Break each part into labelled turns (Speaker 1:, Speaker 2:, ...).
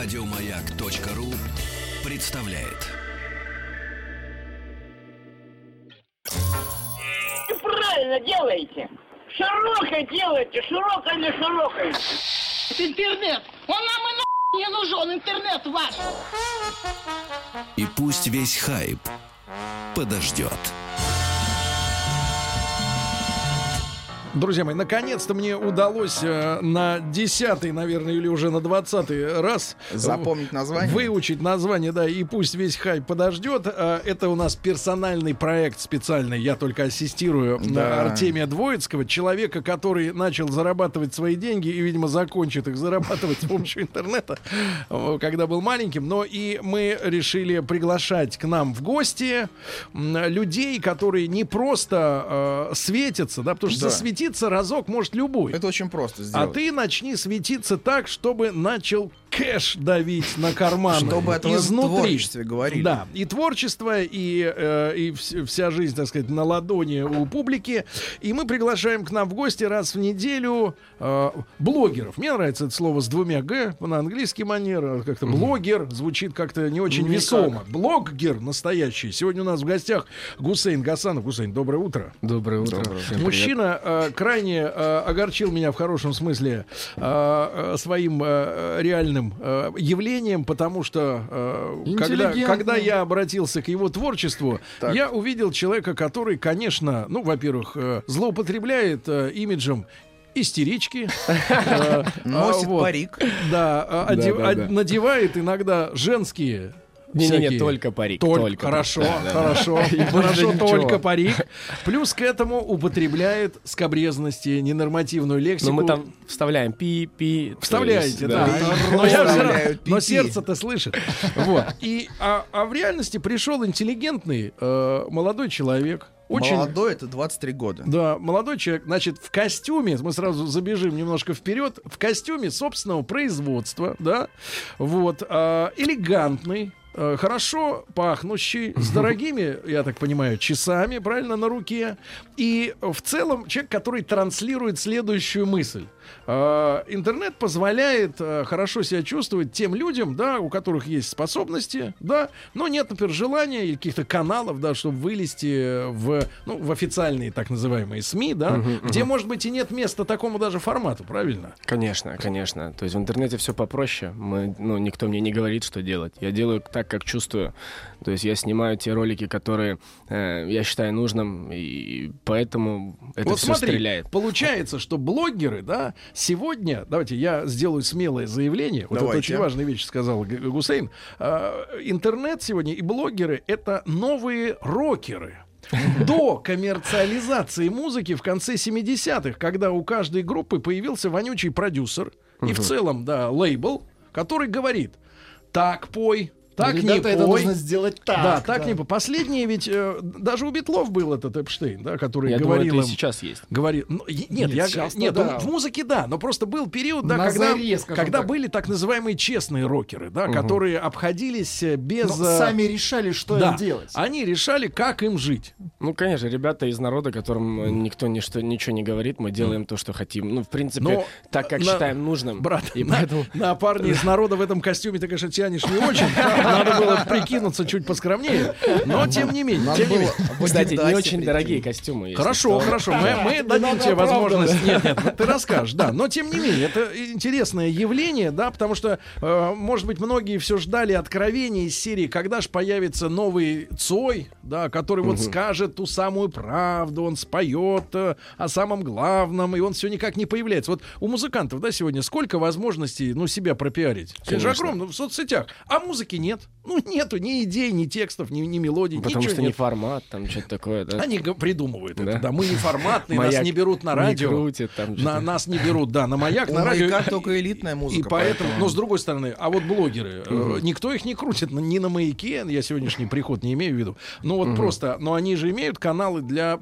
Speaker 1: Радиомаяк.ру представляет.
Speaker 2: И правильно делаете. Широкой делаете, широкой или широкой.
Speaker 3: Интернет! Он нам и нахуй не нужен, интернет ваш!
Speaker 1: И пусть весь хайп подождет.
Speaker 4: Друзья мои, наконец-то мне удалось э, на десятый, наверное, или уже на двадцатый раз
Speaker 5: Запомнить
Speaker 4: в-
Speaker 5: название?
Speaker 4: выучить название, да, и пусть весь хайп подождет. Э, Это у нас персональный проект специальный, я только ассистирую э,
Speaker 5: Да.
Speaker 4: Артемия Двоицкого, человека, который начал зарабатывать свои деньги и, видимо, закончит их зарабатывать с помощью интернета, э, когда был маленьким. Но и мы решили приглашать к нам в гости м, людей, которые не просто э, светятся, да, потому что
Speaker 5: Да.
Speaker 4: засветиться разок может любой.
Speaker 5: Это очень просто
Speaker 4: А
Speaker 5: сделать.
Speaker 4: ты начни светиться так, чтобы начал кэш давить на карман.
Speaker 5: Чтобы о твоем творчестве говорили.
Speaker 4: Да, и творчество, и, э, и вс- вся жизнь, так сказать, на ладони у публики. И мы приглашаем к нам в гости раз в неделю э, блогеров. Мне нравится это слово с двумя «г» на английский манер. а Как-то блогер звучит как-то не очень весомо. Блогер настоящий. Сегодня у нас в гостях Гусейн Гасанов. Гусейн, доброе утро.
Speaker 6: Доброе утро. Всем привет.
Speaker 4: Мужчина э, крайне э, огорчил меня в хорошем смысле э, э, своим э, реальным э, явлением, потому что э, когда,
Speaker 6: Интеллигентный.
Speaker 4: когда я обратился к его творчеству,
Speaker 5: Так.
Speaker 4: я увидел человека, который, конечно, ну, во-первых, э, злоупотребляет э, имиджем истерички. э,
Speaker 5: Носит
Speaker 4: а, вот.
Speaker 5: парик.
Speaker 4: Да, э,
Speaker 6: Да,
Speaker 4: одев-
Speaker 6: да,
Speaker 4: од-
Speaker 6: да.
Speaker 4: надевает иногда женские
Speaker 6: Не-не-не,
Speaker 4: всякие-
Speaker 6: только парик,
Speaker 4: Толь-
Speaker 6: только
Speaker 4: Хорошо,
Speaker 6: парик. Да, да,
Speaker 4: хорошо.
Speaker 6: больше
Speaker 4: Хорошо,
Speaker 6: ничего.
Speaker 4: только парик. Плюс к этому употребляет скобрезности, ненормативную лексику.
Speaker 6: Но Ну, мы там вставляем пи-пи.
Speaker 4: Вставляете, да.
Speaker 5: да.
Speaker 4: Но, я всё равно-
Speaker 5: Вставляют
Speaker 4: но
Speaker 5: пипи.
Speaker 4: сердце-то слышит. Вот. И, а, а в реальности пришел интеллигентный э, молодой человек. Очень,
Speaker 5: Молодой это 23 года.
Speaker 4: да, молодой человек, значит, в костюме, мы сразу забежим немножко вперед, в костюме собственного производства, да, вот, а, элегантный, э, хорошо пахнущий, с дорогими, я так понимаю, часами, правильно, на руке, и э, в целом человек, который транслирует следующую мысль. Э, Интернет позволяет э, хорошо себя чувствовать тем людям, да, у которых есть способности, да, но нет, например, желания или каких-то каналов, да, чтобы вылезти в, ну, в официальные так называемые СМИ, да, где, может быть, и нет места такому даже формату, правильно?
Speaker 6: Конечно, конечно. То есть в интернете все попроще. Мы, ну, никто мне не говорит, что делать. Я делаю так, как чувствую. То есть я снимаю те ролики, которые э, я считаю нужным, и поэтому это
Speaker 4: вот
Speaker 6: все
Speaker 4: смотри,
Speaker 6: стреляет.
Speaker 4: получается, что блогеры, да, сегодня, давайте я сделаю смелое заявление, вот это
Speaker 5: Давайте.
Speaker 4: очень важная вещь сказал Г- Гусейн, А, интернет сегодня и блогеры это новые рокеры. До коммерциализации музыки в конце 70-х, когда у каждой группы появился вонючий продюсер и в целом, да, лейбл, который говорит, так пой, так не пой.
Speaker 7: Ребята, это нужно сделать так.
Speaker 4: да, так не по. Последнее ведь э, даже у Битлов был этот Эпштейн, да, который
Speaker 6: Я думаю,
Speaker 4: говорил
Speaker 6: это и
Speaker 4: им-
Speaker 6: сейчас есть.
Speaker 4: Говори, ну, и- нет,
Speaker 7: Нет,
Speaker 4: я,
Speaker 7: сейчас,
Speaker 4: нет,
Speaker 7: ну, да.
Speaker 4: он- в музыке да, но просто был период, да,
Speaker 7: На
Speaker 4: когда,
Speaker 7: заре, скажем
Speaker 4: когда
Speaker 7: так.
Speaker 4: были так называемые честные рокеры, да, которые обходились э, без
Speaker 7: Но
Speaker 4: э,
Speaker 7: Ну, сами решали, что
Speaker 4: да,
Speaker 7: им делать.
Speaker 4: Они решали, как им жить.
Speaker 6: Ну, конечно, ребята из народа, которым э, никто ничто, ничего не говорит, мы делаем то, что хотим. Ну, в принципе,
Speaker 4: Но,
Speaker 6: так, как
Speaker 4: на-
Speaker 6: считаем нужным.
Speaker 4: Брат,
Speaker 6: и
Speaker 4: на,
Speaker 6: поэтому...
Speaker 4: на парня из народа в этом костюме ты, конечно, тянешь не очень. Надо было прикинуться чуть поскромнее. Но тем не менее,
Speaker 5: Надо
Speaker 4: тем не
Speaker 5: было
Speaker 4: менее.
Speaker 5: в
Speaker 6: Кстати, не
Speaker 5: Адидасе
Speaker 6: очень
Speaker 5: прийти.
Speaker 6: дорогие костюмы. если
Speaker 4: Хорошо,
Speaker 6: что.
Speaker 4: хорошо. Мы, мы дадим
Speaker 7: надо
Speaker 4: тебе возможность. Нет, нет, ну ты расскажешь, да. Но тем не менее, это интересное явление, да, потому что, э, может быть, многие все ждали откровений из серии, когда же появится новый Цой, да, который вот скажет ту самую правду, он споет э, о самом главном, и он все никак не появляется. Вот у музыкантов, да, сегодня сколько возможностей, ну, себя пропиарить? Это же
Speaker 6: Конечно.
Speaker 4: огромно в соцсетях. А музыки нет. Ну, нету ни идей, ни текстов, ни, ни мелодий,
Speaker 6: Потому
Speaker 4: ничего
Speaker 6: что не
Speaker 4: нет.
Speaker 6: формат, там что-то такое, да?
Speaker 4: Они г- придумывают это,
Speaker 6: Да.
Speaker 4: да. Мы неформатные, нас
Speaker 6: Маяк
Speaker 4: не берут на
Speaker 6: не
Speaker 4: радио.
Speaker 6: крутит там
Speaker 4: на,
Speaker 6: что-то.
Speaker 4: нас не берут, да, на маяк,
Speaker 5: У
Speaker 4: на радио.
Speaker 5: «Маяка» а только элитная музыка,
Speaker 4: И поэтому,
Speaker 5: поэтому-
Speaker 4: но с другой стороны, а вот блогеры, э, никто их не крутит, ну, ни на маяке, я сегодняшний приход не имею в виду. Ну вот просто, но они же имеют каналы для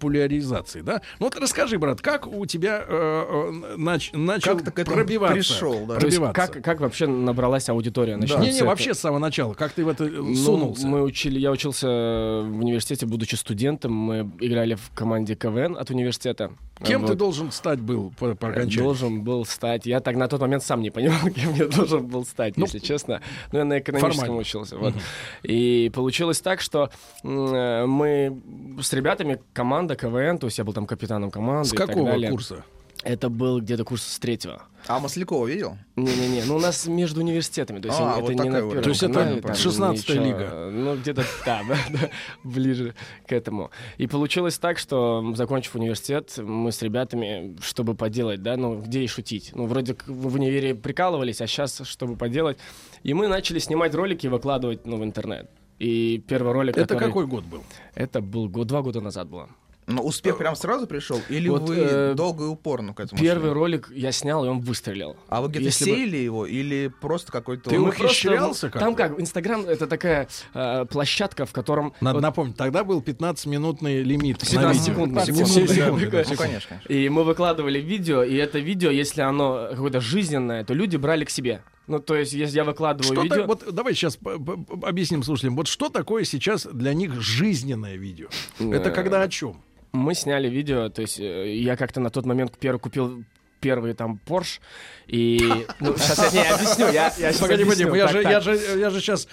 Speaker 4: самопопуляризации, да? Ну вот расскажи, брат, как у тебя э, э, нач- начал
Speaker 5: Как ты к этому
Speaker 4: пробиваться?
Speaker 5: пришел, да?
Speaker 6: То есть
Speaker 4: пробиваться?
Speaker 6: как, как вообще набралась аудитория? Начнем
Speaker 4: Не,
Speaker 6: с
Speaker 4: не,
Speaker 6: этого.
Speaker 4: вообще с самого начала? Как ты в это э,
Speaker 6: Ну,
Speaker 4: сунулся?
Speaker 6: мы учили, я учился в университете, будучи студентом. Мы играли в команде КВН от университета.
Speaker 4: Кем ты
Speaker 6: Вот.
Speaker 4: должен стать был по, по окончании?
Speaker 6: Должен был стать. Я так на тот момент сам не понимал, кем я должен был стать,
Speaker 4: Ну,
Speaker 6: если честно. Но я на экономическом
Speaker 4: формально.
Speaker 6: учился. вот. И получилось так, что м, э, мы с ребятами, команда КВН, то есть я был там капитаном команды.
Speaker 4: С
Speaker 6: и так
Speaker 4: какого
Speaker 6: далее.
Speaker 4: курса?
Speaker 6: Это был где-то курс с третьего.
Speaker 5: А Маслякова видел?
Speaker 6: Не-не-не, ну у нас между университетами, то есть
Speaker 5: А,
Speaker 6: это
Speaker 5: вот
Speaker 6: не
Speaker 5: такая
Speaker 6: на
Speaker 5: вот.
Speaker 6: первом
Speaker 4: То есть это
Speaker 6: канале, там
Speaker 4: 16-я
Speaker 6: ничего,
Speaker 4: лига.
Speaker 6: э, Ну где-то да, да, да, ближе к этому. И получилось так, что м, закончив университет, мы с ребятами, чтобы поделать, да, ну где и шутить. Ну вроде к- в универе прикалывались, а сейчас чтобы поделать. И мы начали снимать ролики и выкладывать, ну в интернет. И первый ролик,
Speaker 4: Это
Speaker 6: который-
Speaker 4: какой год был?
Speaker 6: Это был год, два года назад было.
Speaker 5: Но Ну, успех прям сразу пришел? Или
Speaker 6: Вот,
Speaker 5: вы
Speaker 6: э,
Speaker 5: долго и упорно к этому
Speaker 6: Первый
Speaker 5: шли?
Speaker 6: ролик я снял, и он выстрелил.
Speaker 5: А вы где-то
Speaker 6: Если бы-
Speaker 5: сеяли его? Или просто какой-то...
Speaker 4: Ты
Speaker 5: Ну,
Speaker 6: Мы
Speaker 5: мы-
Speaker 6: просто-
Speaker 4: ухищрялся как-то?
Speaker 6: Там как, Инстаграм — это такая э, площадка, в котором...
Speaker 4: Надо
Speaker 6: вот-
Speaker 4: напомнить, тогда был 15-минутный лимит на
Speaker 6: 17
Speaker 4: видео.
Speaker 6: секунд,
Speaker 4: Ну,
Speaker 6: секунду,
Speaker 4: все
Speaker 6: да,
Speaker 4: секунды,
Speaker 6: такое.
Speaker 4: да.
Speaker 5: Ну, конечно.
Speaker 6: И мы выкладывали видео, и это видео, если оно какое-то жизненное, то люди брали к себе. Ну, то есть, если я выкладываю
Speaker 4: Что
Speaker 6: видео...
Speaker 4: так- вот давай сейчас п- п- п- объясним слушателям, вот что такое сейчас для них жизненное видео? Это
Speaker 6: Э,
Speaker 4: когда о чем?
Speaker 6: Мы сняли видео, то есть, э, я как-то на тот момент первый купил первый там Porsche, и... Ну, сейчас я не объясню, я, я щас
Speaker 4: Погоди, погоди,
Speaker 6: объясню.
Speaker 4: я
Speaker 6: Так,
Speaker 4: же,
Speaker 6: так.
Speaker 4: я же, я же сейчас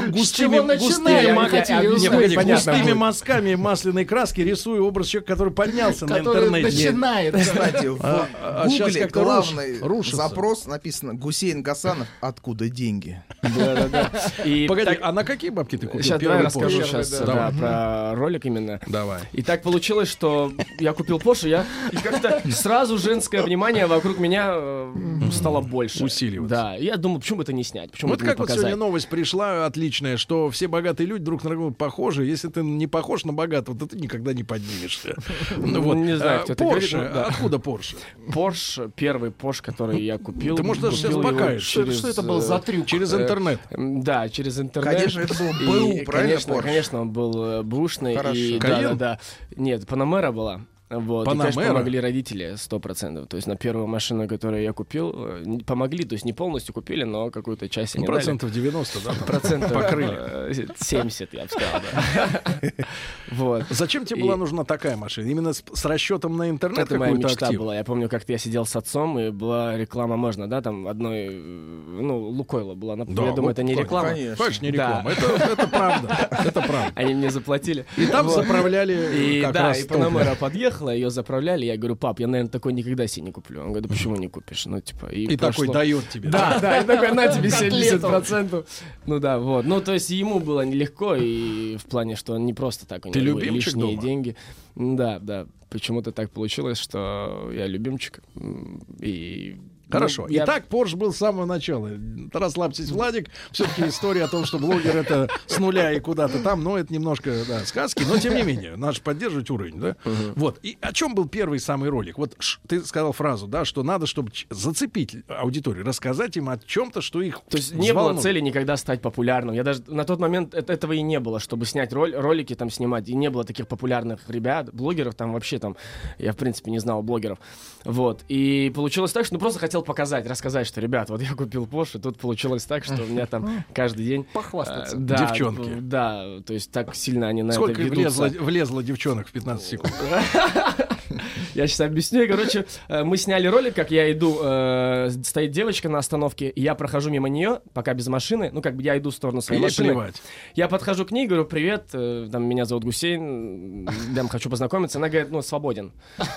Speaker 7: чего
Speaker 4: густыми,
Speaker 7: начинаем?
Speaker 4: густыми,
Speaker 7: Мы
Speaker 6: Я- я-
Speaker 7: хотели
Speaker 6: я-
Speaker 7: узнать.
Speaker 6: не, погоди,
Speaker 7: Понятно
Speaker 6: понятно
Speaker 4: густыми
Speaker 6: будет.
Speaker 4: мазками масляной краски рисую образ человека, который поднялся на
Speaker 7: Который
Speaker 4: интернете.
Speaker 7: начинается.
Speaker 5: Кстати, в
Speaker 4: а щас
Speaker 5: гугле
Speaker 4: как-то руш-
Speaker 5: главный
Speaker 4: рушится.
Speaker 5: запрос написано «Гусейн Гасанов. Откуда деньги?»
Speaker 6: Да-да-да. И
Speaker 4: Погоди,
Speaker 6: так-
Speaker 4: а на какие бабки ты купил
Speaker 6: Сейчас давай
Speaker 4: первый
Speaker 6: расскажу
Speaker 4: Porsche?
Speaker 6: сейчас
Speaker 4: Первый,
Speaker 6: да,
Speaker 4: да.
Speaker 6: про ролик именно.
Speaker 4: Давай.
Speaker 6: И так получилось, что я купил Porsche, я и как-то сразу женское внимание вокруг меня э, стало больше.
Speaker 4: Усиливаться.
Speaker 6: Да, и я думал, почему бы это не снять, почему бы
Speaker 4: Вот
Speaker 6: это не
Speaker 4: Ну, как вот
Speaker 6: показать.
Speaker 4: сегодня новость пришла отличная, что все богатые люди друг на друга похожи. Если ты не похож на богатого, то ты никогда не поднимешься. Ну вот.
Speaker 6: Не знаю,
Speaker 4: А,
Speaker 6: кто это говорит,
Speaker 4: Porsche.
Speaker 6: но да.
Speaker 4: Откуда Порше?
Speaker 6: Porsche, первый Porsche, который я купил.
Speaker 4: Ты, может, даже
Speaker 6: купил
Speaker 4: сейчас
Speaker 6: его
Speaker 4: покаешь.
Speaker 6: через,
Speaker 7: Что это был за
Speaker 6: э,
Speaker 7: трюк?
Speaker 4: Через интернет.
Speaker 6: м, Да, через интернет.
Speaker 5: Конечно, это был
Speaker 6: И,
Speaker 5: БУ, правильно,
Speaker 6: Конечно,
Speaker 5: Porsche?
Speaker 6: конечно, он был э, бушный. И,
Speaker 5: Хорошо.
Speaker 6: да, да,
Speaker 4: Каен?
Speaker 6: да. Нет, Панамера была. Вот, и, конечно,
Speaker 4: Панамера?
Speaker 6: помогли родители, сто процентов. То есть на первую машину, которую я купил, э, не- помогли, то есть не полностью купили, но какую-то часть они
Speaker 4: Ну, Процентов 90, да? там.
Speaker 6: процентов
Speaker 4: покрыли.
Speaker 6: э, 70, я бы сказал, да. Вот.
Speaker 4: Зачем тебе
Speaker 6: И-
Speaker 4: была нужна такая машина? Именно с, с расчетом на интернет
Speaker 6: Это моя
Speaker 4: какой-то
Speaker 6: мечта
Speaker 4: актив?
Speaker 6: была. Я помню, как-то я сидел с отцом, и была реклама «Можно», да, там одной, э, ну, Лукойла была. Нап-
Speaker 4: Да,
Speaker 6: я думаю, это не
Speaker 4: Лукойла,
Speaker 6: реклама.
Speaker 5: конечно.
Speaker 4: Конечно, не
Speaker 6: Да.
Speaker 4: реклама. Это, это правда. Это правда.
Speaker 6: Они мне заплатили.
Speaker 4: И там
Speaker 6: Вот.
Speaker 4: заправляли
Speaker 6: И
Speaker 4: как
Speaker 6: да,
Speaker 4: раз
Speaker 6: и
Speaker 4: топливо.
Speaker 6: Панамера подъехала, ее заправляли. Я говорю, пап, я, наверное, такой никогда себе не куплю. Он говорит, «Да почему не купишь? Ну, типа, и,
Speaker 4: И
Speaker 6: прошло.
Speaker 4: такой дает тебе.
Speaker 6: Да, да, и такой, на тебе
Speaker 7: Котлету.
Speaker 6: 70%. Ну да, вот. Ну, то есть ему было нелегко, и в плане, что он не просто так у него
Speaker 4: Ты
Speaker 6: были
Speaker 4: любимчик
Speaker 6: лишние
Speaker 4: дома?
Speaker 6: деньги. М, Да, да. Почему-то так получилось, что я любимчик. М, И...
Speaker 4: Хорошо.
Speaker 6: ну, я-
Speaker 4: Итак, Порш был с самого начала. Расслабьтесь, Владик. Все-таки история о том, что блогер это с нуля и куда-то там, но это немножко да, сказки, но тем не менее, надо же поддерживать уровень, да? Вот. И о чем был первый самый ролик? Вот ш- ты сказал фразу, да, что надо, чтобы ч- зацепить аудиторию, рассказать им о чем-то, что их
Speaker 6: То есть не было ну,
Speaker 4: взволнует.
Speaker 6: цели никогда стать популярным. Я даже на тот момент эт- этого и не было, чтобы снять роль, ролики там снимать. И не было таких популярных ребят, блогеров там вообще там. Я в принципе не знал блогеров. Вот. И получилось так, что ну просто хотел показать, рассказать, что ребят, вот я купил Porsche, и тут получилось так, что у меня там каждый день
Speaker 7: Похвастаться.
Speaker 6: э, да,
Speaker 4: Девчонки.
Speaker 6: э, Да, то есть так сильно они на
Speaker 4: Сколько
Speaker 6: это ведутся.
Speaker 4: влезло, влезло девчонок в 15 секунд?
Speaker 6: Я сейчас объясню. И, Короче, э, мы сняли ролик, как я иду, э, стоит девочка на остановке, и я прохожу мимо нее, пока без машины, ну как бы я иду в сторону своей
Speaker 4: Ей
Speaker 6: машины.
Speaker 4: плевать.
Speaker 6: Я подхожу к ней, говорю, привет, э, там, меня зовут Гусейн, м, там, хочу познакомиться. Она говорит, ну, свободен.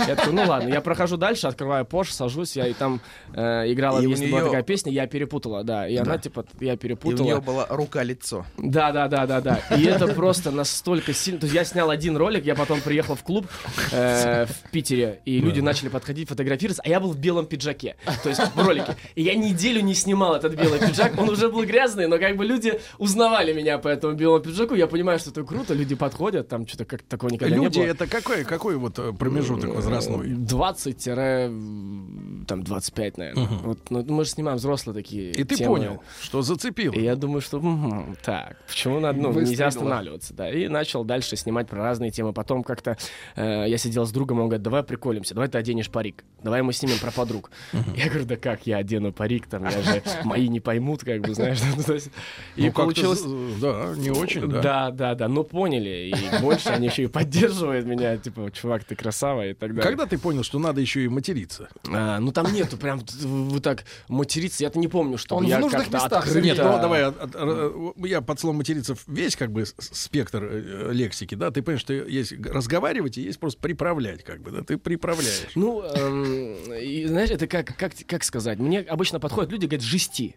Speaker 6: Я такой, ну, ладно. Я прохожу дальше, открываю Porsche, сажусь, я и там э, играла,
Speaker 5: И у
Speaker 6: если была
Speaker 5: неё-
Speaker 6: такая песня, я перепутала, да. И она, типа, я
Speaker 5: И у
Speaker 6: перепутала.
Speaker 5: нее была рука-лицо.
Speaker 6: Да, да, да, да, да. И это просто настолько сильно. То есть я снял один ролик, я потом приехал в клуб э, в Питере, и люди начали подходить, фотографироваться, а я был в белом пиджаке. То есть в ролике. И я неделю не снимал этот белый пиджак. Он уже был грязный, но как бы люди узнавали меня по этому белому пиджаку. Я понимаю, что это круто, люди подходят, там что-то как такого никогда Э,
Speaker 4: Люди,
Speaker 6: не было.
Speaker 4: это какой, какой вот э, промежуток возрастной?
Speaker 6: 20-30 там 25, наверное. Вот, ну, мы же снимаем взрослые такие
Speaker 4: И ты
Speaker 6: темы.
Speaker 4: понял, что зацепил.
Speaker 6: И я думаю, что «Мгм, так, почему надо, ну, нельзя
Speaker 5: Выстрелило.
Speaker 6: останавливаться, да. И начал дальше снимать про разные темы. Потом как-то э, я сидел с другом, он говорит, давай приколимся, давай ты оденешь парик, давай мы снимем про подруг. Я говорю, да как я одену парик, там, я же, мои не поймут, как бы, знаешь. ну, то есть,
Speaker 4: Ну,
Speaker 6: И
Speaker 4: как-то
Speaker 6: получилось...
Speaker 4: з- Да, не очень, да.
Speaker 6: Да, да, да, но поняли. И больше они еще и поддерживают меня, типа, чувак, ты красава и так далее.
Speaker 4: Когда ты понял, что надо еще и материться?
Speaker 6: А, ну там нету прям т- вот так материться. Я-то не помню, что
Speaker 7: Он
Speaker 6: я
Speaker 7: в нужных
Speaker 6: как-то
Speaker 7: местах
Speaker 6: открыто-
Speaker 4: Нет, ну давай, от- от- р- э, я под словом материться весь как бы с- спектр э, лексики, да, ты понимаешь, что есть г- разговаривать и есть просто приправлять, как бы, да, ты приправляешь.
Speaker 6: Ну, эм, и, знаешь, это как, как, как сказать? Мне обычно подходят люди, говорят, жести.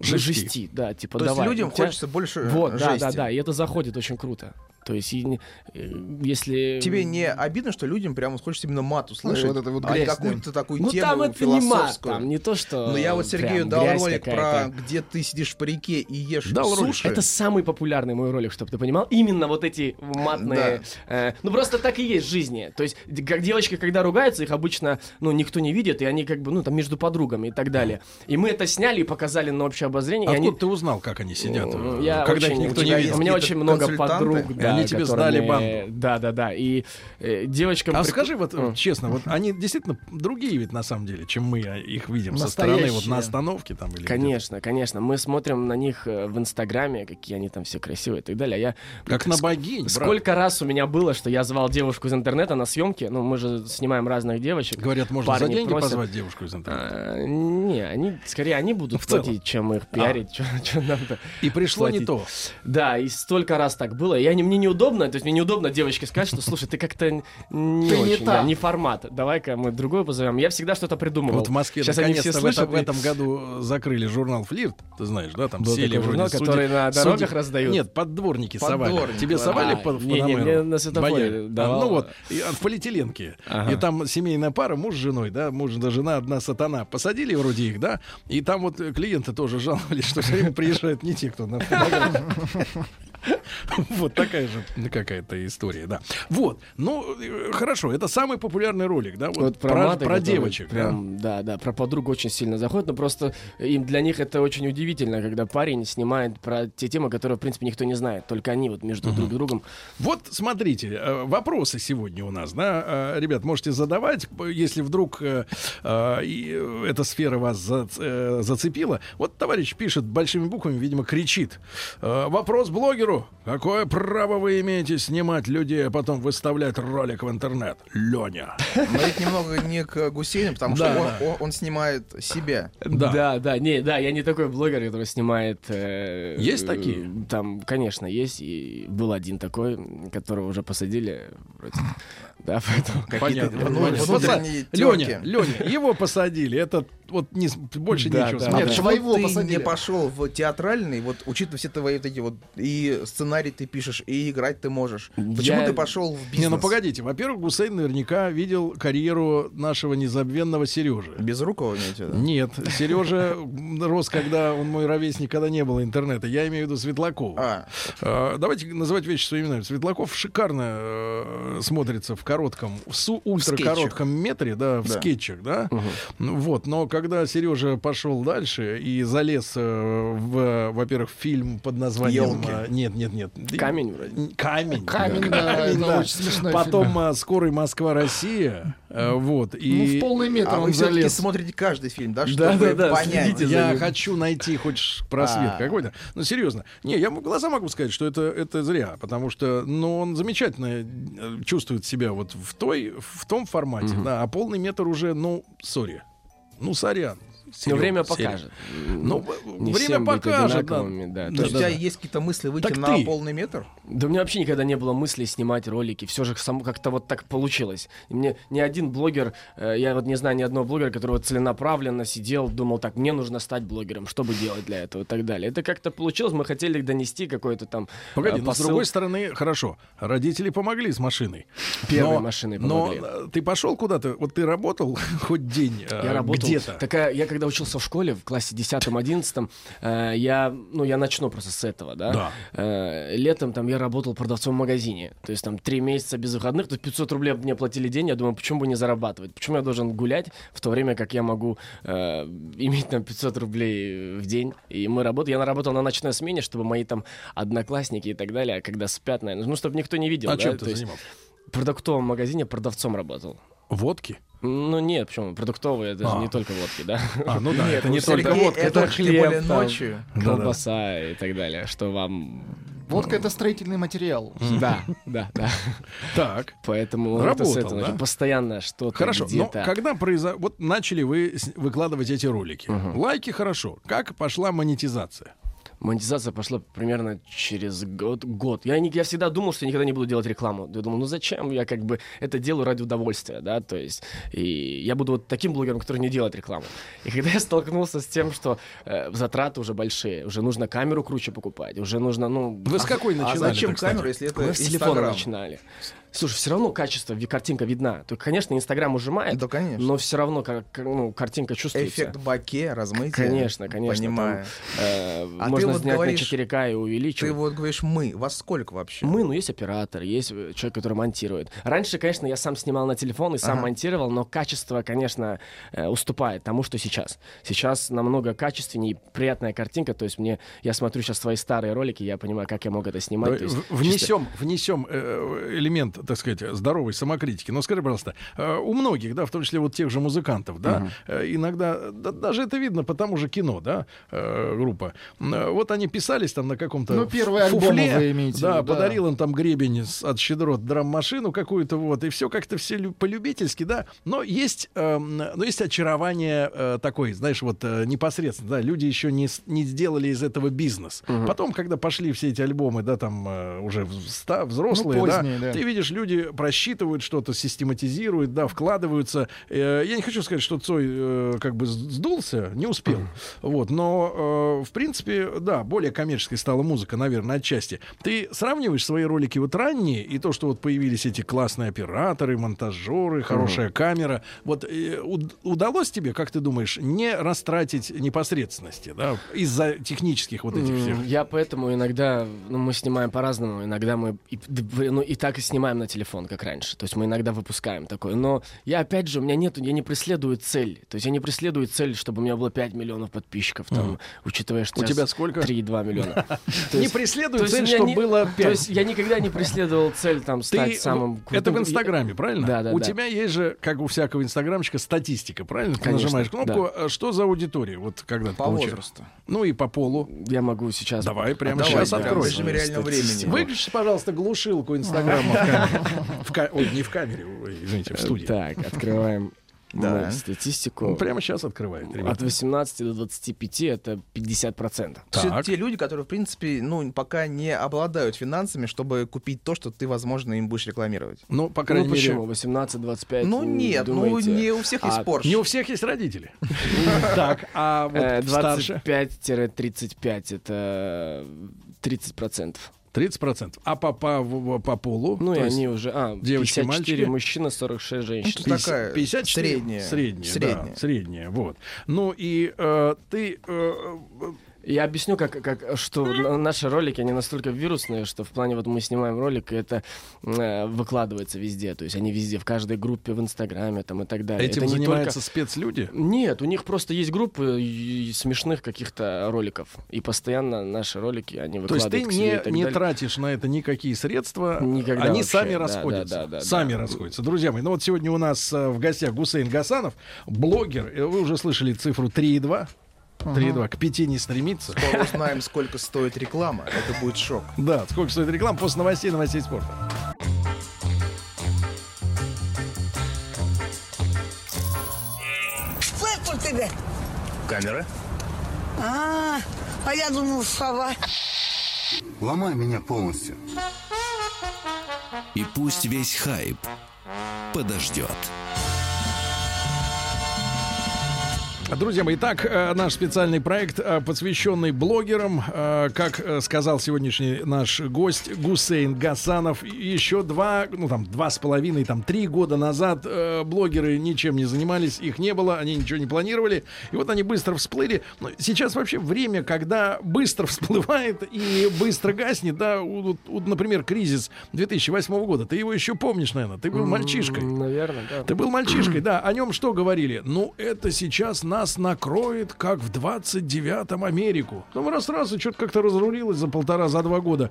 Speaker 6: Ну,
Speaker 4: Жести.
Speaker 6: жести, да, типа
Speaker 5: То есть
Speaker 6: давай.
Speaker 5: людям
Speaker 6: у тебя-
Speaker 5: хочется больше э,
Speaker 6: Вот, да,
Speaker 5: жести.
Speaker 6: да, да, и это заходит очень круто. То есть, и не- э, если...
Speaker 5: Тебе не обидно, что людям прям вот хочется именно мат услышать?
Speaker 7: вот это вот
Speaker 5: а не
Speaker 7: грязь, да.
Speaker 5: какую-то такую
Speaker 6: Ну
Speaker 5: тему
Speaker 6: там это не мат,
Speaker 5: философскую.
Speaker 6: там не то, что...
Speaker 5: Но я вот Сергею
Speaker 6: прям
Speaker 5: дал
Speaker 6: грязь
Speaker 5: ролик про
Speaker 6: какая-то.
Speaker 5: где ты сидишь по реке и ешь
Speaker 4: Дал ролик.
Speaker 5: суши.
Speaker 6: Это самый популярный мой ролик, чтобы ты понимал. Именно вот эти матные. э, ну просто так и есть в жизни. То есть, д- как девочки, когда ругаются, их обычно ну никто не видит, и они как бы ну там между подругами и так далее. И мы это сняли и показали на общее обозрение. и
Speaker 4: Откуда
Speaker 6: они-
Speaker 4: ты узнал, как они сидят,
Speaker 6: М,
Speaker 4: э,
Speaker 6: я
Speaker 4: когда их
Speaker 6: очень-
Speaker 4: никто
Speaker 6: у
Speaker 4: не
Speaker 6: меня-
Speaker 4: видел?
Speaker 6: У меня
Speaker 5: Какие-то
Speaker 6: очень много
Speaker 5: консультанты,
Speaker 6: подруг,
Speaker 4: и
Speaker 6: да,
Speaker 4: они тебе
Speaker 6: которые
Speaker 4: сдали
Speaker 6: мне-
Speaker 4: банку.
Speaker 6: Да, да, да. И э, девочкам.
Speaker 4: А
Speaker 6: прик-
Speaker 4: скажи, вот э, честно, вот они действительно другие ведь на самом деле, чем мы э, их видим со стороны, вот на
Speaker 7: Настоящие.
Speaker 4: остановке там или где-то.
Speaker 6: Конечно, конечно. Мы смотрим на них э, в Инстаграме, какие они там все красивые и так далее. А я
Speaker 4: Как на богинь, брат.
Speaker 6: Сколько раз у меня было, что я звал девушку из интернета на съемки, ну мы же снимаем разных девочек.
Speaker 4: Говорят, можно за
Speaker 6: Парни
Speaker 4: деньги
Speaker 6: просят.
Speaker 4: позвать девушку из интернета.
Speaker 6: А, не, они скорее они будут
Speaker 4: В целом. А.
Speaker 6: платить, чем их пиарить, чё- чё надо.
Speaker 4: И пришло не
Speaker 6: А, платить.
Speaker 4: то.
Speaker 6: Да, и столько раз так было. Я не, мне неудобно, то есть мне неудобно девочке сказать, что слушай, ты как-то н- не
Speaker 7: Ты не
Speaker 6: очень, да,
Speaker 7: та.
Speaker 6: не формат. Давай-ка мы другое позовем. Я всегда что-то придумывал.
Speaker 4: Вот в Москве
Speaker 6: Сейчас они
Speaker 4: наконец-то
Speaker 6: все
Speaker 4: в, этом-
Speaker 6: слышат.
Speaker 4: в
Speaker 6: и-
Speaker 4: этом году закрыли журнал «Флирт», ты знаешь, да, там
Speaker 6: Был
Speaker 4: сели
Speaker 6: такой
Speaker 4: вроде
Speaker 6: журнал,
Speaker 4: судьи-
Speaker 6: который на
Speaker 4: судьи-
Speaker 6: дорогах раздают.
Speaker 4: Нет, поддворники совали.
Speaker 5: Поддворники,
Speaker 4: Тебе
Speaker 5: да.
Speaker 4: совали
Speaker 6: А,
Speaker 4: по, по
Speaker 6: не-не,
Speaker 4: Панамеру?
Speaker 6: мне на светофоре
Speaker 4: Бояре.
Speaker 6: давал.
Speaker 4: А, ну вот, и, а, в Полиэтиленке.
Speaker 6: Ага.
Speaker 4: И там семейная пара, муж с женой, да, муж да жена, одна сатана. Посадили вроде их, да, и там вот э, клиенты тоже жаловались, что все время приезжают не те, кто на фотографии. Вот такая же ну, какая-то история, да. Вот, ну, э, хорошо, это самый популярный ролик, да, вот,
Speaker 6: Вот
Speaker 4: про,
Speaker 6: маты,
Speaker 4: про
Speaker 6: которые
Speaker 4: девочек. да.
Speaker 6: Прям, да, да, про подругу очень сильно заходит, но просто им для них это очень удивительно, когда парень снимает про те темы, которые, в принципе, никто не знает, только они вот между друг другом.
Speaker 4: Вот смотрите, э, вопросы сегодня у нас, да, э, ребят, можете задавать, п- если вдруг э, э, и, э, эта сфера вас за- э, зацепила. Вот товарищ пишет большими буквами, видимо, кричит. Э, Вопрос блогеру. Какое право вы имеете снимать людей, а потом выставлять ролик в интернет? Леня.
Speaker 5: Но это немного не к Гусейну, потому что
Speaker 4: Да,
Speaker 5: он,
Speaker 4: да.
Speaker 5: он- он снимает себя.
Speaker 4: Да.
Speaker 6: да, да, не, да, я не такой блогер, который снимает. э,
Speaker 4: Есть
Speaker 6: э,
Speaker 4: такие?
Speaker 6: Там, конечно, есть, и был один такой, которого уже посадили, вроде. Да, поэтому.
Speaker 5: Какие-то
Speaker 6: ну,
Speaker 4: Понятно.
Speaker 5: вну-
Speaker 4: Понятно.
Speaker 5: внутренние
Speaker 4: Вот, Леня,
Speaker 5: тёрки.
Speaker 4: Леня, его посадили. Это вот не, с- больше
Speaker 6: Да,
Speaker 4: нечего
Speaker 6: да.
Speaker 4: смотреть.
Speaker 7: Нет,
Speaker 5: Почему
Speaker 7: своего
Speaker 5: ты
Speaker 7: А посадили.
Speaker 5: не пошел в театральный, вот учитывая все твои вот эти вот и сценарий ты пишешь, и играть ты можешь. Почему
Speaker 6: Я-
Speaker 5: ты пошел в бизнес?
Speaker 4: Не, ну погодите, во-первых, Гусейн наверняка видел карьеру нашего незабвенного Сережи.
Speaker 5: Без рук его имеете, да?
Speaker 4: Нет, Сережа рос, когда он мой ровесник, когда не было интернета. Я имею в виду Светлакова.
Speaker 5: А,
Speaker 4: А, давайте называть вещи своими именами. Светлаков шикарно э, смотрится в коротком, в су- ультракоротком метре, да, в
Speaker 5: Да.
Speaker 4: скетчах, да. Ну, Вот, но когда Сережа пошел дальше и залез э, в, во-первых, в фильм под названием...
Speaker 5: «Елки».
Speaker 4: э, Нет, нет, нет.
Speaker 6: Камень вроде.
Speaker 4: Н- Камень.
Speaker 7: Камень, да, это очень смешной
Speaker 4: Потом
Speaker 7: фильм.
Speaker 4: а, «Скорый Москва-Россия». э, Вот,
Speaker 7: Ну,
Speaker 4: и...
Speaker 7: в полный метр
Speaker 5: а вы
Speaker 7: он
Speaker 5: все-таки
Speaker 7: залез.
Speaker 5: смотрите каждый фильм, да,
Speaker 6: Да,
Speaker 5: чтобы
Speaker 6: да, да,
Speaker 5: понять.
Speaker 6: следите за
Speaker 4: Я
Speaker 6: ним.
Speaker 4: хочу найти хоть просвет
Speaker 5: А.
Speaker 4: какой-то. Ну, серьезно. Не, я м- глаза могу сказать, что это, это зря, потому что ну, он замечательно э, чувствует себя вот в, той, в том формате, да, а полный метр уже, ну, сори. Ну, сорян.
Speaker 6: Но
Speaker 4: Серёг,
Speaker 6: время
Speaker 4: Серёг.
Speaker 6: покажет.
Speaker 4: Ну,
Speaker 6: Не
Speaker 4: время
Speaker 6: всем быть
Speaker 4: покажет. да.
Speaker 6: одинаковыми, да.
Speaker 4: Да,
Speaker 5: То есть у
Speaker 4: да,
Speaker 5: тебя
Speaker 4: да.
Speaker 5: есть какие-то мысли выйти
Speaker 4: Так
Speaker 5: на
Speaker 4: ты.
Speaker 5: полный метр?
Speaker 6: Да у меня вообще никогда не было мысли снимать ролики. Все же само как-то вот так получилось. И мне ни один блогер, э, я вот не знаю ни одного блогера, который вот целенаправленно сидел, думал так, мне нужно стать блогером, чтобы делать для этого и так далее. Это как-то получилось, мы хотели донести какой-то там
Speaker 4: Погоди,
Speaker 6: э,
Speaker 4: но с
Speaker 6: посыл.
Speaker 4: другой стороны, хорошо, родители помогли с машиной.
Speaker 6: Первой
Speaker 4: но,
Speaker 6: машиной
Speaker 4: Но
Speaker 6: помогли.
Speaker 4: э, ты пошел куда-то, вот ты работал хоть день э,
Speaker 6: Я работал.
Speaker 4: где-то.
Speaker 6: Такая, я когда учился в школе, в классе 10-11, э, я, ну, я начну просто с этого, да?
Speaker 4: Да.
Speaker 6: Э, летом там я работал продавцом в магазине. То есть там три месяца без выходных, то есть 500 рублей мне платили день, я думаю, почему бы не зарабатывать? Почему я должен гулять в то время, как я могу э, иметь там 500 рублей в день? И мы работали, я наработал на ночной смене, чтобы мои там одноклассники и так далее, когда спят, наверное, ну, чтобы никто не видел.
Speaker 4: А
Speaker 6: да?
Speaker 4: чем
Speaker 6: То
Speaker 4: ты
Speaker 6: есть
Speaker 4: занимался?
Speaker 6: В продуктовом магазине продавцом работал.
Speaker 4: Водки?
Speaker 6: Ну нет, почему? Продуктовые, это
Speaker 4: А.
Speaker 6: же не только водки, да?
Speaker 4: А, ну да, это не
Speaker 5: Сергей,
Speaker 4: только водка.
Speaker 5: это
Speaker 6: это
Speaker 5: тем более
Speaker 6: хлеб там.
Speaker 5: ночью.
Speaker 4: Да-да.
Speaker 6: Колбаса и так далее, что вам...
Speaker 7: Водка это строительный материал.
Speaker 6: Да, да, да.
Speaker 4: Так.
Speaker 6: Поэтому это с
Speaker 4: Работал,
Speaker 6: этого,
Speaker 4: да?
Speaker 6: значит, постоянно что-то
Speaker 4: Хорошо, но
Speaker 6: где-то.
Speaker 4: когда произо... вот начали вы с- выкладывать эти ролики, лайки хорошо. Как пошла монетизация?
Speaker 6: Монетизация пошла примерно через год. год. Я, не, я всегда думал, что я никогда не буду делать рекламу. Я думал, ну зачем? Я как бы это делаю ради удовольствия, да, то есть. И я буду вот таким блогером, который не делает рекламу. И когда я столкнулся с тем, что э, затраты уже большие, уже нужно камеру круче покупать, уже нужно, ну...
Speaker 4: Вы с какой
Speaker 5: А
Speaker 4: начинали?
Speaker 5: зачем
Speaker 4: так, кстати?
Speaker 5: камера, если это
Speaker 6: Мы с телефона
Speaker 5: Инстаграм?
Speaker 6: начинали. Слушай, все равно качество, ви- картинка видна. То, конечно, Инстаграм ужимает,
Speaker 5: Да, конечно.
Speaker 6: но все равно кар- кар- ну, картинка чувствуется.
Speaker 5: Эффект баке, размытие.
Speaker 6: Конечно, конечно.
Speaker 5: Понимаю.
Speaker 6: там, э,
Speaker 5: А
Speaker 6: можно
Speaker 5: ты вот
Speaker 6: снять
Speaker 5: говоришь-
Speaker 6: на 4К и увеличивать.
Speaker 5: Ты вот говоришь «мы», вас сколько вообще?
Speaker 6: Мы, ну, есть оператор, есть э, человек, который монтирует. Раньше, конечно, я сам снимал на телефон и сам
Speaker 5: Ага.
Speaker 6: монтировал, но качество, конечно, э, уступает тому, что сейчас. Сейчас намного качественнее, и приятная картинка. То есть мне, я смотрю сейчас свои старые ролики, я понимаю, как я мог это снимать.
Speaker 5: Ну,
Speaker 4: Давай
Speaker 6: то есть
Speaker 4: в-
Speaker 6: чисто-
Speaker 4: внесем, внесем э, элемент, так сказать, здоровой самокритики. Но скажи, пожалуйста, э, у многих, да, в том числе вот тех же музыкантов, да, э, иногда, да, даже это видно по тому же кино, да, э, группа. М, э, Вот они писались там на каком-то
Speaker 7: Ну, первые
Speaker 4: ф-
Speaker 7: альбомы
Speaker 4: фуфле,
Speaker 7: вы имеете в
Speaker 4: да,
Speaker 7: виду, да.
Speaker 4: подарил им там гребень с- от щедрот драм-машину какую-то, вот, и все как-то все лю- по-любительски, да, но есть, эм, но есть очарование э, такое, знаешь, вот э, непосредственно, да, люди еще не, с- не сделали из этого бизнес. Потом, когда пошли все эти альбомы, да, там э, уже вста- взрослые,
Speaker 7: поздние, да.
Speaker 4: ты видишь, люди просчитывают что-то, систематизируют, да, вкладываются. Э, я не хочу сказать, что Цой э, как бы сдулся, не успел, вот, но, э, в принципе, да, более коммерческой стала музыка, наверное, отчасти. Ты сравниваешь свои ролики вот ранние и то, что вот появились эти классные операторы, монтажеры, хорошая камера. Вот э, уд- удалось тебе, как ты думаешь, не растратить непосредственности, да, из-за технических вот этих всех?
Speaker 6: М, Я поэтому иногда, ну, мы снимаем по-разному, иногда мы и, д- б- ну, и так и снимаем на телефон, как раньше. То есть мы иногда выпускаем такое. Но я, опять же, у меня нету, я не преследую цель. То есть я не преследую цель, чтобы у меня было 5 миллионов подписчиков, там, учитывая, что...
Speaker 4: У тебя сколько?
Speaker 6: 3,2 миллиона. То
Speaker 4: Не
Speaker 6: есть-
Speaker 4: преследую
Speaker 6: то есть у
Speaker 4: цель,
Speaker 6: меня
Speaker 4: чтобы
Speaker 6: не-
Speaker 4: было
Speaker 6: То
Speaker 4: пять.
Speaker 6: есть я никогда не преследовал цель, там,
Speaker 4: Ты,
Speaker 6: стать самым...
Speaker 4: ну, это в
Speaker 6: крутым.
Speaker 4: Инстаграме, правильно?
Speaker 6: Да, да,
Speaker 4: У
Speaker 6: да.
Speaker 4: тебя есть же, как у всякого инстаграмщика, статистика, правильно? Ты
Speaker 6: Конечно,
Speaker 4: нажимаешь кнопку, а что за аудитория, вот когда ты
Speaker 5: По
Speaker 4: получаешь?
Speaker 5: возрасту.
Speaker 4: Ну и по полу.
Speaker 6: Я могу сейчас...
Speaker 4: Давай прямо
Speaker 5: Давай,
Speaker 4: сейчас
Speaker 5: да,
Speaker 4: откроем.
Speaker 5: в режиме реального
Speaker 6: Статистику.
Speaker 5: времени.
Speaker 4: Выключи, пожалуйста, глушилку Инстаграма в камере. В ка- Ой, не в камере, ой, извините, в студии.
Speaker 6: Так, открываем
Speaker 5: Да.
Speaker 6: мы статистику.
Speaker 4: Он прямо сейчас открывает,
Speaker 6: От
Speaker 4: ребята.
Speaker 6: 18 до 25 это 50%.
Speaker 5: То есть это
Speaker 4: Так.
Speaker 5: те люди, которые, в принципе, ну, пока не обладают финансами, чтобы купить то, что ты, возможно, им будешь рекламировать.
Speaker 4: Ну, по крайней
Speaker 6: ну почему?
Speaker 4: мере...
Speaker 6: 18-25?
Speaker 5: Ну, нет,
Speaker 6: думаете?
Speaker 5: ну, не у всех есть
Speaker 6: А,
Speaker 5: Порш.
Speaker 4: Не у всех есть родители. Так, а
Speaker 6: Э,
Speaker 4: вот старше?
Speaker 6: 25-35 это 30%.
Speaker 4: 30%. А по, по, в- по полу?
Speaker 6: Ну и
Speaker 4: То есть
Speaker 6: они уже... А,
Speaker 4: девочки,
Speaker 6: 54
Speaker 4: мальчики?
Speaker 6: мужчина, 46 женщин.
Speaker 5: Ну, такая
Speaker 4: 54?
Speaker 5: средняя.
Speaker 4: Средняя,
Speaker 5: Средняя.
Speaker 4: да, средняя, вот. Ну и э, ты... э,
Speaker 6: Я объясню, как, как, что на- наши ролики, они настолько вирусные, что в плане вот мы снимаем ролик, и это э, выкладывается везде. То есть они везде, в каждой группе, в Инстаграме там и так далее.
Speaker 4: этим
Speaker 6: А это не только-
Speaker 4: занимаются спецлюди?
Speaker 6: Нет, у них просто есть группы и- и смешных каких-то роликов. И постоянно наши ролики, они
Speaker 4: То есть
Speaker 6: выкладывают
Speaker 4: ты
Speaker 6: к себе и
Speaker 4: не,
Speaker 6: так
Speaker 4: не
Speaker 6: далее.
Speaker 4: тратишь на это никакие средства,
Speaker 6: Никогда
Speaker 4: они
Speaker 6: вообще,
Speaker 4: сами
Speaker 6: да,
Speaker 4: расходятся.
Speaker 6: да, да, да,
Speaker 4: сами
Speaker 6: да.
Speaker 4: расходятся. Друзья мои, ну вот сегодня у нас э, в гостях Гусейн Гасанов, блогер. Э, Вы уже слышали цифру 3,2. 3,2 к 5 не стремится.
Speaker 5: Скоро узнаем, сколько стоит реклама. Это будет шок.
Speaker 4: Да, сколько стоит реклама после новостей, новостей спорта.
Speaker 8: Фыркнул тебе.
Speaker 1: Камера?
Speaker 8: А, а я думал, сова.
Speaker 9: Ломай меня полностью.
Speaker 1: И пусть весь хайп подождет.
Speaker 4: А, Друзья мои, итак, э, наш специальный проект, э, посвященный блогерам. Э, Как э, сказал сегодняшний наш гость Гусейн Гасанов, еще два, ну там, два с половиной, там, три года назад э, блогеры ничем не занимались, их не было, они ничего не планировали. И вот они быстро всплыли. Ну, сейчас вообще время, когда быстро всплывает и быстро гаснет, да, У- вот, вот, например, кризис 2008 года. Ты его еще помнишь, наверное, ты был мальчишкой.
Speaker 6: Наверное, да.
Speaker 4: Ты был мальчишкой, да. О нем что говорили? Ну, это сейчас нас накроет, как в 29-м Америку. Ну, Потом раз-раз, и что-то как-то разрулилось за полтора, за два года.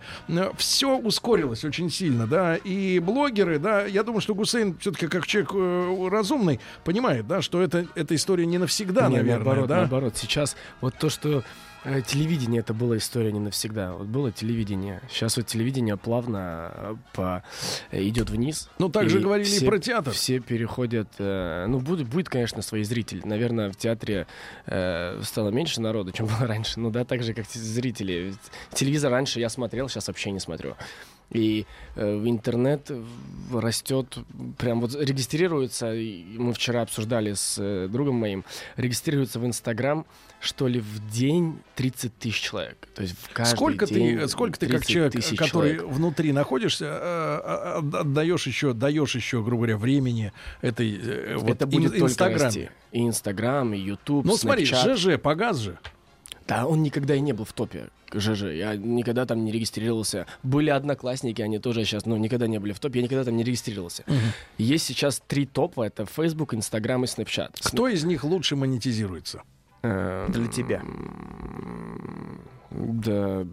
Speaker 4: Все ускорилось очень сильно, да. И блогеры, да, я думаю, что Гусейн все-таки как человек э, разумный понимает, да, что это, эта история не навсегда,
Speaker 6: Не,
Speaker 4: наверное,
Speaker 6: наоборот,
Speaker 4: да.
Speaker 6: наоборот. Сейчас вот то, что э, телевидение это была история не навсегда. Вот было телевидение. Сейчас вот телевидение плавно э, по... идет вниз.
Speaker 4: Ну, так же говорили и
Speaker 6: все-
Speaker 4: про театр.
Speaker 6: Все переходят. э, ну, будет, будет, конечно, свои зрители. Наверное, в театре э, стало меньше народу, чем было раньше. Ну да, так же, как те- зрители. Телевизор раньше я смотрел, сейчас вообще не смотрю. И э, в интернет в- растет, прям вот регистрируется, и мы вчера обсуждали с э, другом моим, регистрируется в Инстаграм, что ли, в день 30 тысяч человек. То есть в каждый
Speaker 4: Сколько
Speaker 6: день
Speaker 4: ты, сколько ты как
Speaker 6: 30
Speaker 4: человек,
Speaker 6: тысяч
Speaker 4: который
Speaker 6: человек.
Speaker 4: внутри находишься, э, э, от- отдаешь еще, даешь еще, грубо говоря, времени этой э, вот
Speaker 6: Это будет
Speaker 4: ин-
Speaker 6: только
Speaker 4: Инстаграм.
Speaker 6: расти. И Инстаграм, и Ютуб,
Speaker 4: Ну смотри,
Speaker 6: Snapchat.
Speaker 4: ЖЖ погас же.
Speaker 6: Да, он никогда и не был в топе ЖЖ. Я никогда там не регистрировался. Были одноклассники, они тоже сейчас, ну, никогда не были в топе. Я никогда там не регистрировался. Есть сейчас три топа. Это Facebook, Instagram и Snapchat.
Speaker 4: Кто из них лучше монетизируется?
Speaker 6: Для
Speaker 5: тебя?
Speaker 6: Эм, Да,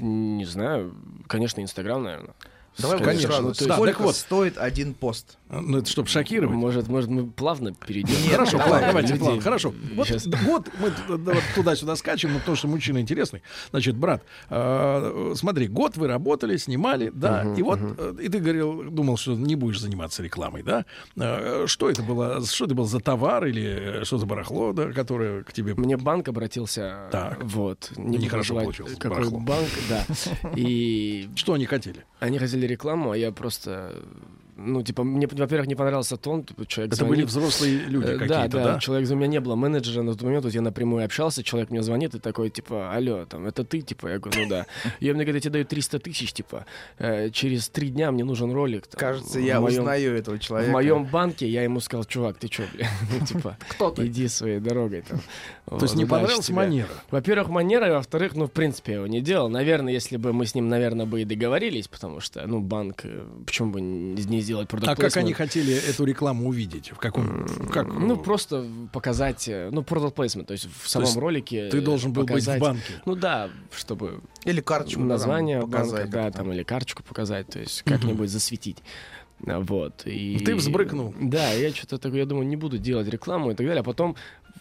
Speaker 6: не знаю. Конечно, Инстаграм, наверное.
Speaker 5: Давай вот
Speaker 4: Конечно,
Speaker 5: сразу.
Speaker 4: ну, то есть-
Speaker 5: Сколько
Speaker 4: так вот.
Speaker 5: стоит один пост?
Speaker 4: Ну, это чтобы шокировать.
Speaker 6: Может, может, мы плавно перейдем.
Speaker 4: Хорошо,
Speaker 6: Давай,
Speaker 4: план, давайте
Speaker 6: людей.
Speaker 4: план. Хорошо. Вот,
Speaker 6: Сейчас.
Speaker 4: вот мы т- да, вот туда-сюда скачем, но потому что мужчина интересный. Значит, брат, э, смотри, год вы работали, снимали, да, и вот э, и ты говорил, думал, что не будешь заниматься рекламой, да? Э, Что это было? Что это был за товар или э, что за барахло, да, которое к тебе
Speaker 6: Мне банк обратился.
Speaker 4: Так.
Speaker 6: Вот.
Speaker 4: Нехорошо
Speaker 6: буду
Speaker 4: получилось,
Speaker 6: называть, Какой
Speaker 4: барахло.
Speaker 6: банк, да. И
Speaker 4: что они хотели?
Speaker 6: Они хотели рекламу, а я просто... Ну, типа, мне, во-первых, не понравился тон. типа, человек
Speaker 4: Это
Speaker 6: звонит.
Speaker 4: были взрослые люди
Speaker 6: Э,
Speaker 4: какие-то,
Speaker 6: да,
Speaker 4: да?
Speaker 6: да, человек, у меня не было менеджера на тот момент, вот я напрямую общался, человек мне звонит и такой, типа, алло, там, это ты, типа, я говорю, ну да. И он мне говорит, я тебе даю 300 тысяч, типа, э, через три дня мне нужен ролик. там,
Speaker 5: Кажется,
Speaker 6: в
Speaker 5: я
Speaker 6: моем-
Speaker 5: узнаю этого
Speaker 6: В
Speaker 5: человека.
Speaker 6: моем банке я ему сказал, чувак, ты чё, бля, ну, типа,
Speaker 7: Кто ты?
Speaker 6: иди своей дорогой там.
Speaker 4: То есть не понравилась манера.
Speaker 6: Во-первых, манера, и во-вторых, ну, в принципе, я его не делал. Наверное, если бы мы с ним, наверное, бы и договорились, потому что, ну, банк, э, почему бы не не сделать продукт
Speaker 4: А как они хотели эту рекламу увидеть? В каком? Как?
Speaker 6: Ну, просто показать, э, ну, product placement, то есть в самом
Speaker 4: есть
Speaker 6: ролике.
Speaker 4: ты
Speaker 6: э,
Speaker 4: должен был быть в
Speaker 6: показать-
Speaker 4: банке.
Speaker 6: Ну да, чтобы
Speaker 5: Или карточку там
Speaker 6: название
Speaker 5: показать.
Speaker 6: банка, да,
Speaker 5: как-то.
Speaker 6: там, или карточку показать, то есть как-нибудь засветить. А, Вот. И...
Speaker 4: Ты взбрыкнул.
Speaker 6: Да, я что-то такое, я думаю, не буду делать рекламу и так далее. А потом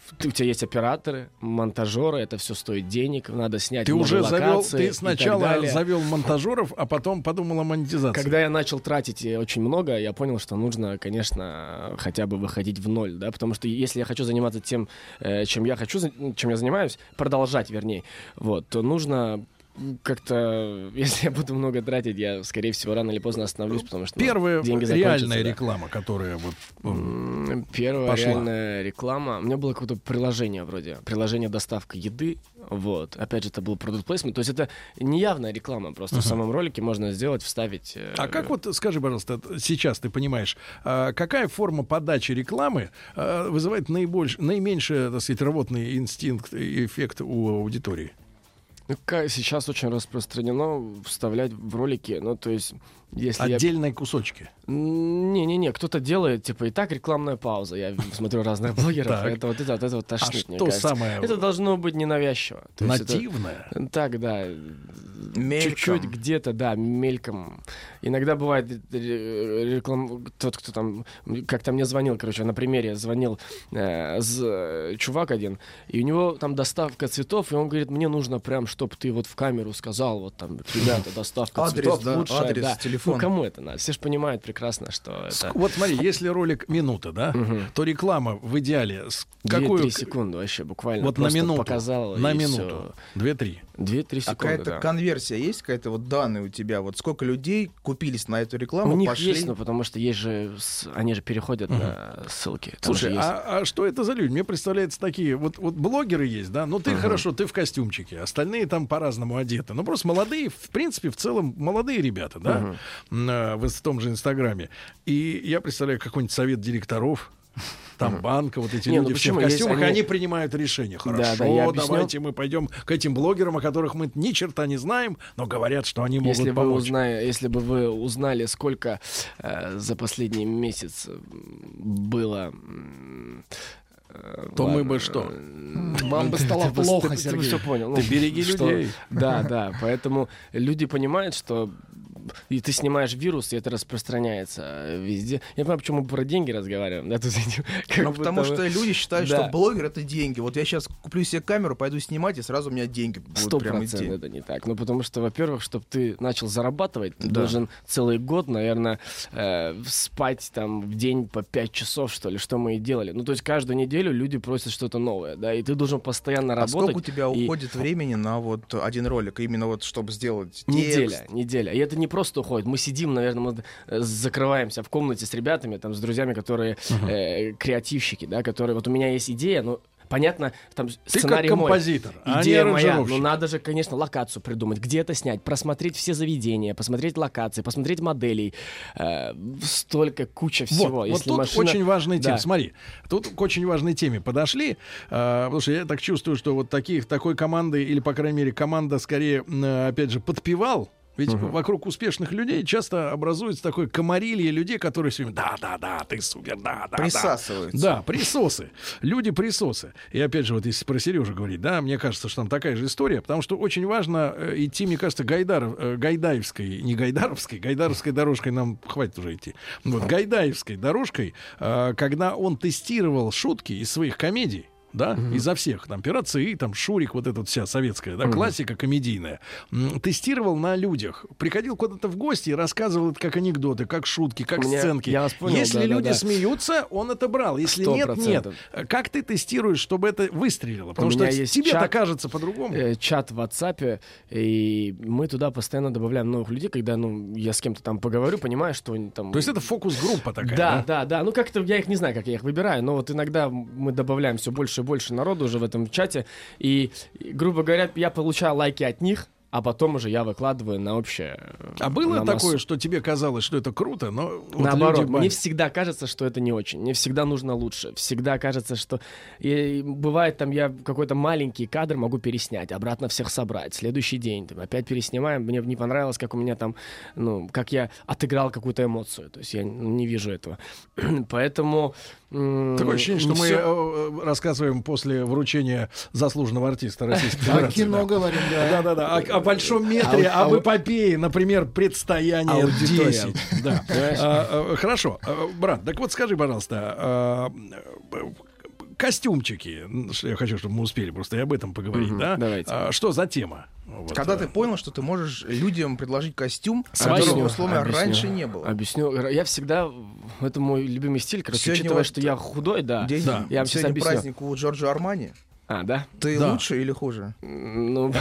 Speaker 6: в- ты, у тебя есть операторы, монтажеры, это все стоит денег, надо снять
Speaker 4: Ты
Speaker 6: много
Speaker 4: уже завел,
Speaker 6: локаций и
Speaker 4: ты
Speaker 6: так
Speaker 4: сначала
Speaker 6: далее.
Speaker 4: завел монтажеров, а потом подумал о монетизации.
Speaker 6: Когда я начал тратить э, очень много, я понял, что нужно, конечно, хотя бы выходить в ноль, да, потому что если я хочу заниматься тем, э, чем я хочу, за- чем я занимаюсь, продолжать, вернее, вот, то нужно м, как-то, если я буду много тратить, я, скорее всего, рано или поздно остановлюсь, потому что ну,
Speaker 4: Первая
Speaker 6: деньги закончатся,
Speaker 4: реальная
Speaker 6: да.
Speaker 4: реклама, которая вот э, м,
Speaker 6: М, Первая
Speaker 4: пошла.
Speaker 6: реальная реклама. У меня было какое-то приложение вроде. Приложение доставка еды. Вот. Опять же, это был продукт placement. То есть это неявная реклама. Просто в самом ролике можно сделать, вставить. э,
Speaker 4: А как вот, скажи, пожалуйста, т- сейчас ты понимаешь, а, какая форма подачи рекламы а, вызывает наибольш, наименьший, так сказать, рвотный инстинкт и эффект у аудитории?
Speaker 6: Ну, ка- сейчас очень распространено вставлять в ролики, ну, то есть, если я...
Speaker 4: Отдельные кусочки.
Speaker 6: М, Не-не-не, кто-то делает, типа, и так рекламная пауза. Я смотрю разных блогеров,
Speaker 4: Так. А
Speaker 6: это вот это, от этого тошнит, мне
Speaker 4: что
Speaker 6: кажется.
Speaker 4: самое-
Speaker 6: Это должно быть ненавязчиво. То есть это-
Speaker 4: Нативная.
Speaker 6: Так, да.
Speaker 5: Мельком.
Speaker 6: Чуть-чуть где-то, да, мельком. Иногда бывает э, реклам... тот, кто там как-то мне звонил, короче, на примере звонил э, з- чувак один, и у него там доставка цветов, и он говорит, мне нужно прям, чтобы ты вот в камеру сказал, вот там, ребята, доставка
Speaker 5: Адрес,
Speaker 6: цветов
Speaker 5: да,
Speaker 6: лучшая,
Speaker 5: адрес,
Speaker 6: да. Ну,
Speaker 5: телефон.
Speaker 6: кому это надо? Все же понимают прекрасно, что это...
Speaker 4: Вот смотри, если ролик минута, да, то реклама в идеале с какую...
Speaker 6: Две-три секунды вообще буквально.
Speaker 4: Вот на
Speaker 6: Просто
Speaker 4: минуту.
Speaker 6: Показала
Speaker 4: на
Speaker 6: и
Speaker 4: минуту. Две-три.
Speaker 6: всё. Две-три
Speaker 5: А
Speaker 6: секунды,
Speaker 5: какая-то
Speaker 6: да.
Speaker 5: конверсия есть, какая-то вот данные у тебя? Вот сколько людей купились на эту рекламу,
Speaker 6: У них
Speaker 5: пошли?
Speaker 6: есть, ну, потому что есть же... с- Они же переходят на ссылки. Там же
Speaker 4: Слушай,
Speaker 6: есть.
Speaker 4: а, а что это за люди? Мне представляются такие, вот, вот блогеры есть, да, ну ты хорошо, ты в костюмчике, остальные там по-разному одеты. Ну просто молодые, в принципе, в целом молодые ребята, да, на- в, инст- том же Инстаграме. И я представляю какой-нибудь совет директоров, там банка, вот эти
Speaker 6: Не, ну
Speaker 4: люди все в
Speaker 6: почему? Есть
Speaker 4: костюмах,
Speaker 6: они-
Speaker 4: они... принимают решение. Хорошо,
Speaker 6: да, я объясню.
Speaker 4: давайте мы пойдем к этим блогерам, о которых мы ни черта не знаем, но говорят, что они могут
Speaker 6: Если бы,
Speaker 4: помочь.
Speaker 6: узна- если бы вы узнали, сколько э, за последний месяц м, было... м, э,
Speaker 4: То мы
Speaker 6: ладно,
Speaker 4: бы что?
Speaker 6: м,
Speaker 7: Вам бы
Speaker 6: ты- ты-
Speaker 7: стало
Speaker 6: ты-
Speaker 7: плохо,
Speaker 6: ты- Ты
Speaker 7: Сергей.
Speaker 6: все понял.
Speaker 4: Ты
Speaker 6: Ну,
Speaker 4: береги
Speaker 6: что-
Speaker 4: людей.
Speaker 6: Да, да. Поэтому люди понимают, что и ты снимаешь вирус, и это распространяется э, везде. Я понимаю, почему мы про деньги разговариваем. Да, тут, как
Speaker 5: Ну,
Speaker 6: будто
Speaker 5: потому
Speaker 6: бы-
Speaker 5: что люди считают,
Speaker 6: Да.
Speaker 5: что блогер это деньги. Вот я сейчас куплю себе камеру, пойду снимать, и сразу у меня деньги
Speaker 6: Сто
Speaker 5: будут прям
Speaker 6: процентов
Speaker 5: идти.
Speaker 6: это не так. Ну, потому что, во-первых, чтобы ты начал зарабатывать, ты
Speaker 5: Да.
Speaker 6: должен целый год, наверное, э, спать там в день по 5 часов, что ли, что мы и делали. Ну, то есть каждую неделю люди просят что-то новое, да, и ты должен постоянно
Speaker 5: А
Speaker 6: работать.
Speaker 5: сколько у тебя
Speaker 6: и-
Speaker 5: уходит времени на вот один ролик? Именно вот, чтобы сделать текст?
Speaker 6: Неделя, неделя. И это не просто уходит. Мы сидим, наверное, мы э, закрываемся в комнате с ребятами, там, с друзьями, которые э, креативщики, да, которые... Вот у меня есть идея, но Понятно, там
Speaker 4: Ты
Speaker 6: сценарий
Speaker 4: как
Speaker 6: мой.
Speaker 4: композитор, а не
Speaker 6: Идея моя.
Speaker 4: аранжировщик.
Speaker 6: Ну, надо же, конечно, локацию придумать, где это снять, просмотреть все заведения, посмотреть локации, посмотреть моделей. Э, столько, куча
Speaker 4: Вот,
Speaker 6: всего.
Speaker 4: вот
Speaker 6: Если
Speaker 4: тут
Speaker 6: машина-
Speaker 4: очень важная тема.
Speaker 6: Да.
Speaker 4: Смотри, тут к очень важной теме подошли, э, потому что я так чувствую, что вот таких, такой команды, или, по крайней мере, команда скорее, м, э, опять же, подпевал. Ведь вокруг успешных людей часто образуется такое комарилье людей, которые все время «да-да-да, ты супер,
Speaker 5: а,
Speaker 4: да-да-да».
Speaker 5: Присасываются.
Speaker 4: Да, присосы. Люди присосы. И опять же, вот если про Сережу говорить, да, мне кажется, что там такая же история, потому что очень важно э, идти, мне кажется, Гайдар, э, Гайдаевской, не Гайдаровской, Гайдаровской дорожкой нам хватит уже идти. Вот Гайдаевской дорожкой, э, когда он тестировал шутки из своих комедий. Да, изо всех там пирации, там Шурик, вот эта вот вся советская, да, классика комедийная, М, тестировал на людях, приходил куда-то в гости и рассказывал это как анекдоты, как шутки, как
Speaker 6: У меня-
Speaker 4: сценки.
Speaker 6: я вас понял,
Speaker 4: Если
Speaker 6: да-да-да.
Speaker 4: люди смеются, он это брал. Если
Speaker 6: Сто
Speaker 4: нет, нет.
Speaker 6: процентов.
Speaker 4: Как ты тестируешь, чтобы это выстрелило? Потому что
Speaker 6: меня есть
Speaker 4: тебе-то
Speaker 6: чат.
Speaker 4: кажется по-другому.
Speaker 6: э, чат в WhatsApp, и мы туда постоянно добавляем новых людей, когда ну, я с кем-то там поговорю, понимаю, что они там...
Speaker 4: То есть это фокус-группа такая.
Speaker 6: да, да, да. Ну как-то я их не знаю, как я их выбираю, но вот иногда мы добавляем все больше и больше народу уже в этом чате. И, и, грубо говоря, я получаю лайки от них, а потом уже я выкладываю на общее. э,
Speaker 4: А было
Speaker 6: на массу.
Speaker 4: такое, что тебе казалось, что это круто, но вот
Speaker 6: Наоборот,
Speaker 4: люди
Speaker 6: мне
Speaker 4: банят?
Speaker 6: всегда кажется, что это не очень. Мне всегда нужно лучше. Всегда кажется, что и бывает там я какой-то маленький кадр могу переснять, обратно всех собрать. Следующий день там, опять переснимаем. Мне не понравилось, как у меня там, ну, как я отыграл какую-то эмоцию. То есть я не вижу этого. Поэтому м,
Speaker 4: Такое ощущение, что мы
Speaker 6: всё-
Speaker 4: э, э, рассказываем после вручения заслуженного артиста Российской
Speaker 7: О
Speaker 4: Федерации.
Speaker 7: А кино говорим, да.
Speaker 4: Да, да, да. О, о большом метре, а
Speaker 6: Ау-
Speaker 4: об
Speaker 6: ау-
Speaker 4: эпопее, например, предстояние
Speaker 6: Аудитория.
Speaker 4: 10. Да.
Speaker 6: Понимаешь?
Speaker 4: А, а, Хорошо, А, брат, так вот скажи, пожалуйста, а, э, костюмчики, м, что я хочу, чтобы мы успели просто и об этом поговорить,
Speaker 6: Мгм,
Speaker 4: да?
Speaker 6: давайте.
Speaker 4: А, Что за тема? Вот,
Speaker 5: Когда
Speaker 4: э,
Speaker 5: ты понял, что ты можешь людям предложить костюм,
Speaker 6: Своё.
Speaker 5: которого, условно,
Speaker 6: Объясню.
Speaker 5: раньше не было.
Speaker 6: Объясню. Я всегда... Это мой любимый стиль, короче,
Speaker 5: Сегодня
Speaker 6: учитывая,
Speaker 5: вот
Speaker 6: что я худой, да.
Speaker 5: День,
Speaker 4: Да.
Speaker 6: Я вам сейчас
Speaker 5: сегодня
Speaker 6: объясню.
Speaker 5: праздник у Джорджо Армани.
Speaker 6: А, да?
Speaker 5: Ты
Speaker 4: Да.
Speaker 5: лучше или хуже?
Speaker 6: Ну,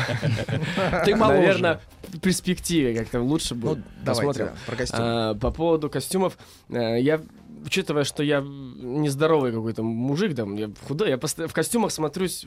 Speaker 4: Ты моложе.
Speaker 6: Наверное, в перспективе как-то лучше
Speaker 5: Ну,
Speaker 6: будет.
Speaker 5: давай
Speaker 6: Посмотрим.
Speaker 5: про костюм.
Speaker 6: А, по поводу костюмов, э, я учитывая, что я нездоровый какой-то мужик, там, я худой, я пост- в костюмах смотрюсь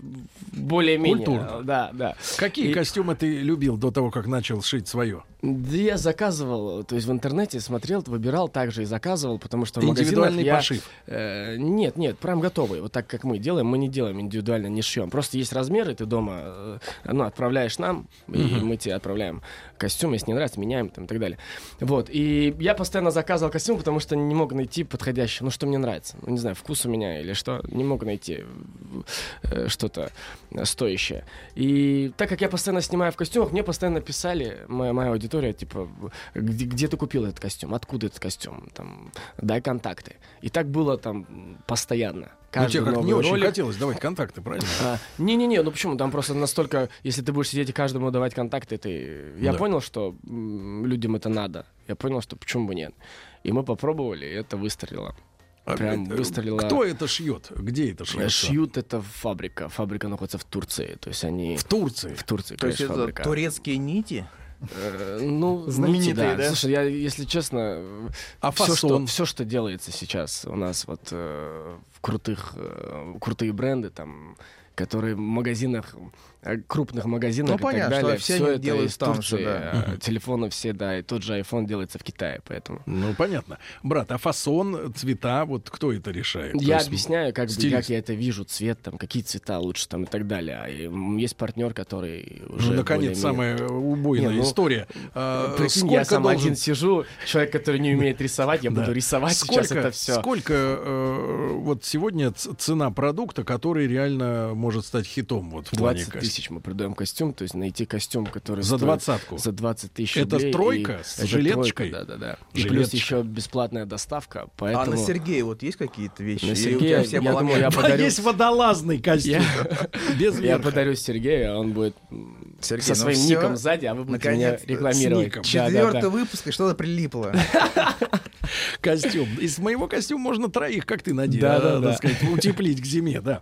Speaker 6: более-менее.
Speaker 4: Культурно.
Speaker 6: Да, да.
Speaker 4: Какие
Speaker 6: И-
Speaker 4: костюмы ты любил до того, как начал шить Ну, свое?
Speaker 6: Да я заказывал, то есть в интернете смотрел, выбирал также и заказывал, потому что в
Speaker 4: Индивидуальный
Speaker 6: магазинах я-
Speaker 4: пошив.
Speaker 6: Э, нет, нет, прям готовые. Вот так, как мы делаем, мы не делаем индивидуально, не шьем. Просто есть размеры, ты дома э, ну, отправляешь нам, и мы тебе отправляем костюм, если не нравится, меняем там, и так далее. Вот, и я постоянно заказывал костюм, потому что не мог найти подходящий, ну, что мне нравится. Ну, не знаю, вкус у меня или что, не мог найти э, что-то стоящее. И так как я постоянно снимаю в костюмах, мне постоянно писали, моя, моя аудитория, типа, где, где ты купил этот костюм, откуда этот костюм, там, дай контакты. И так было там постоянно.
Speaker 4: Ну,
Speaker 6: каждый
Speaker 4: тебе как не
Speaker 6: новый
Speaker 4: очень
Speaker 6: ролик.
Speaker 4: хотелось давать контакты, правильно?
Speaker 6: А, Не-не-не, ну почему? Там просто настолько, если ты будешь сидеть и каждому давать контакты, ты... Я
Speaker 4: Да.
Speaker 6: понял, что м, людям это надо. Я понял, что почему бы нет. И мы попробовали, и это выстрелило. Прям
Speaker 4: А, э,
Speaker 6: выстрелила.
Speaker 4: Кто это шьет? Где это шьет?
Speaker 6: Э, Шьют это фабрика. Фабрика находится в Турции. То есть они...
Speaker 4: В Турции.
Speaker 6: В Турции,
Speaker 5: То есть
Speaker 6: конечно,
Speaker 5: это
Speaker 6: фабрика.
Speaker 5: турецкие нити?
Speaker 6: Э, Ну,
Speaker 7: Знаменитые,
Speaker 6: знаменитые,
Speaker 7: да?
Speaker 6: Слушай, я, если честно,
Speaker 4: А
Speaker 6: все что,
Speaker 4: фасон?
Speaker 6: все, что делается сейчас у нас вот э, в крутых, э, крутые бренды там, которые в магазинах, э, крупных магазинах
Speaker 5: Ну,
Speaker 6: и
Speaker 5: понятно,
Speaker 6: так
Speaker 5: что
Speaker 6: далее,
Speaker 5: все
Speaker 6: всё
Speaker 5: они
Speaker 6: это
Speaker 5: делают
Speaker 6: из
Speaker 5: там
Speaker 6: Турции,
Speaker 5: же, да.
Speaker 6: э, телефоны все, да, и тот же iPhone делается в Китае, поэтому.
Speaker 4: Ну, понятно. Брат, а фасон, цвета, вот кто это решает? То
Speaker 6: Я
Speaker 4: есть-
Speaker 6: объясняю, как, бы,
Speaker 4: стилист.
Speaker 6: как я это вижу, цвет, там, какие цвета лучше там и так далее. А, и, м, есть партнер, который уже...
Speaker 4: Ну, наконец,
Speaker 6: более-менее-
Speaker 4: самая убойная
Speaker 6: Не, ну,
Speaker 4: история. А,
Speaker 6: Прикинь,
Speaker 4: сколько
Speaker 6: я сам
Speaker 4: должен-
Speaker 6: один сижу, человек, который не умеет рисовать, я
Speaker 4: Да.
Speaker 6: буду рисовать сейчас это все.
Speaker 4: Сколько э, вот сегодня ц- цена продукта, который реально может стать хитом вот в плане
Speaker 6: 20
Speaker 4: качества?
Speaker 6: тысяч мы продаем костюм, то есть найти костюм, который
Speaker 4: За
Speaker 6: стоит
Speaker 4: двадцатку?
Speaker 6: За 20 тысяч
Speaker 4: Это
Speaker 6: рублей,
Speaker 4: стройка
Speaker 6: и-
Speaker 4: с
Speaker 6: это
Speaker 4: жилеточкой?
Speaker 6: тройка, да-да-да. И
Speaker 4: Жилеточка.
Speaker 6: плюс еще бесплатная доставка,
Speaker 5: А
Speaker 6: поэтому...
Speaker 5: на Сергея вот есть какие-то вещи?
Speaker 6: На
Speaker 5: И у
Speaker 6: Сергея,
Speaker 5: тебя все
Speaker 6: Ну, я думаю,
Speaker 5: маломерные.
Speaker 6: я
Speaker 4: Да,
Speaker 6: подарю-
Speaker 4: Есть водолазный костюм.
Speaker 6: Я,
Speaker 4: Без
Speaker 6: я
Speaker 4: верха.
Speaker 6: подарю Сергею, а он будет м,
Speaker 5: Сергей,
Speaker 6: со
Speaker 5: ну
Speaker 6: своим
Speaker 5: всё,
Speaker 6: ником сзади, а вы будете меня
Speaker 5: наконец-то, с
Speaker 6: рекламировать.
Speaker 4: ником.
Speaker 6: Да-да-да.
Speaker 5: Четвертый выпуск, и что-то прилипло.
Speaker 4: костюм. Из моего костюма можно троих, как ты надел, э,
Speaker 6: Да, да,
Speaker 4: так
Speaker 6: да.
Speaker 4: сказать, утеплить к зиме, да.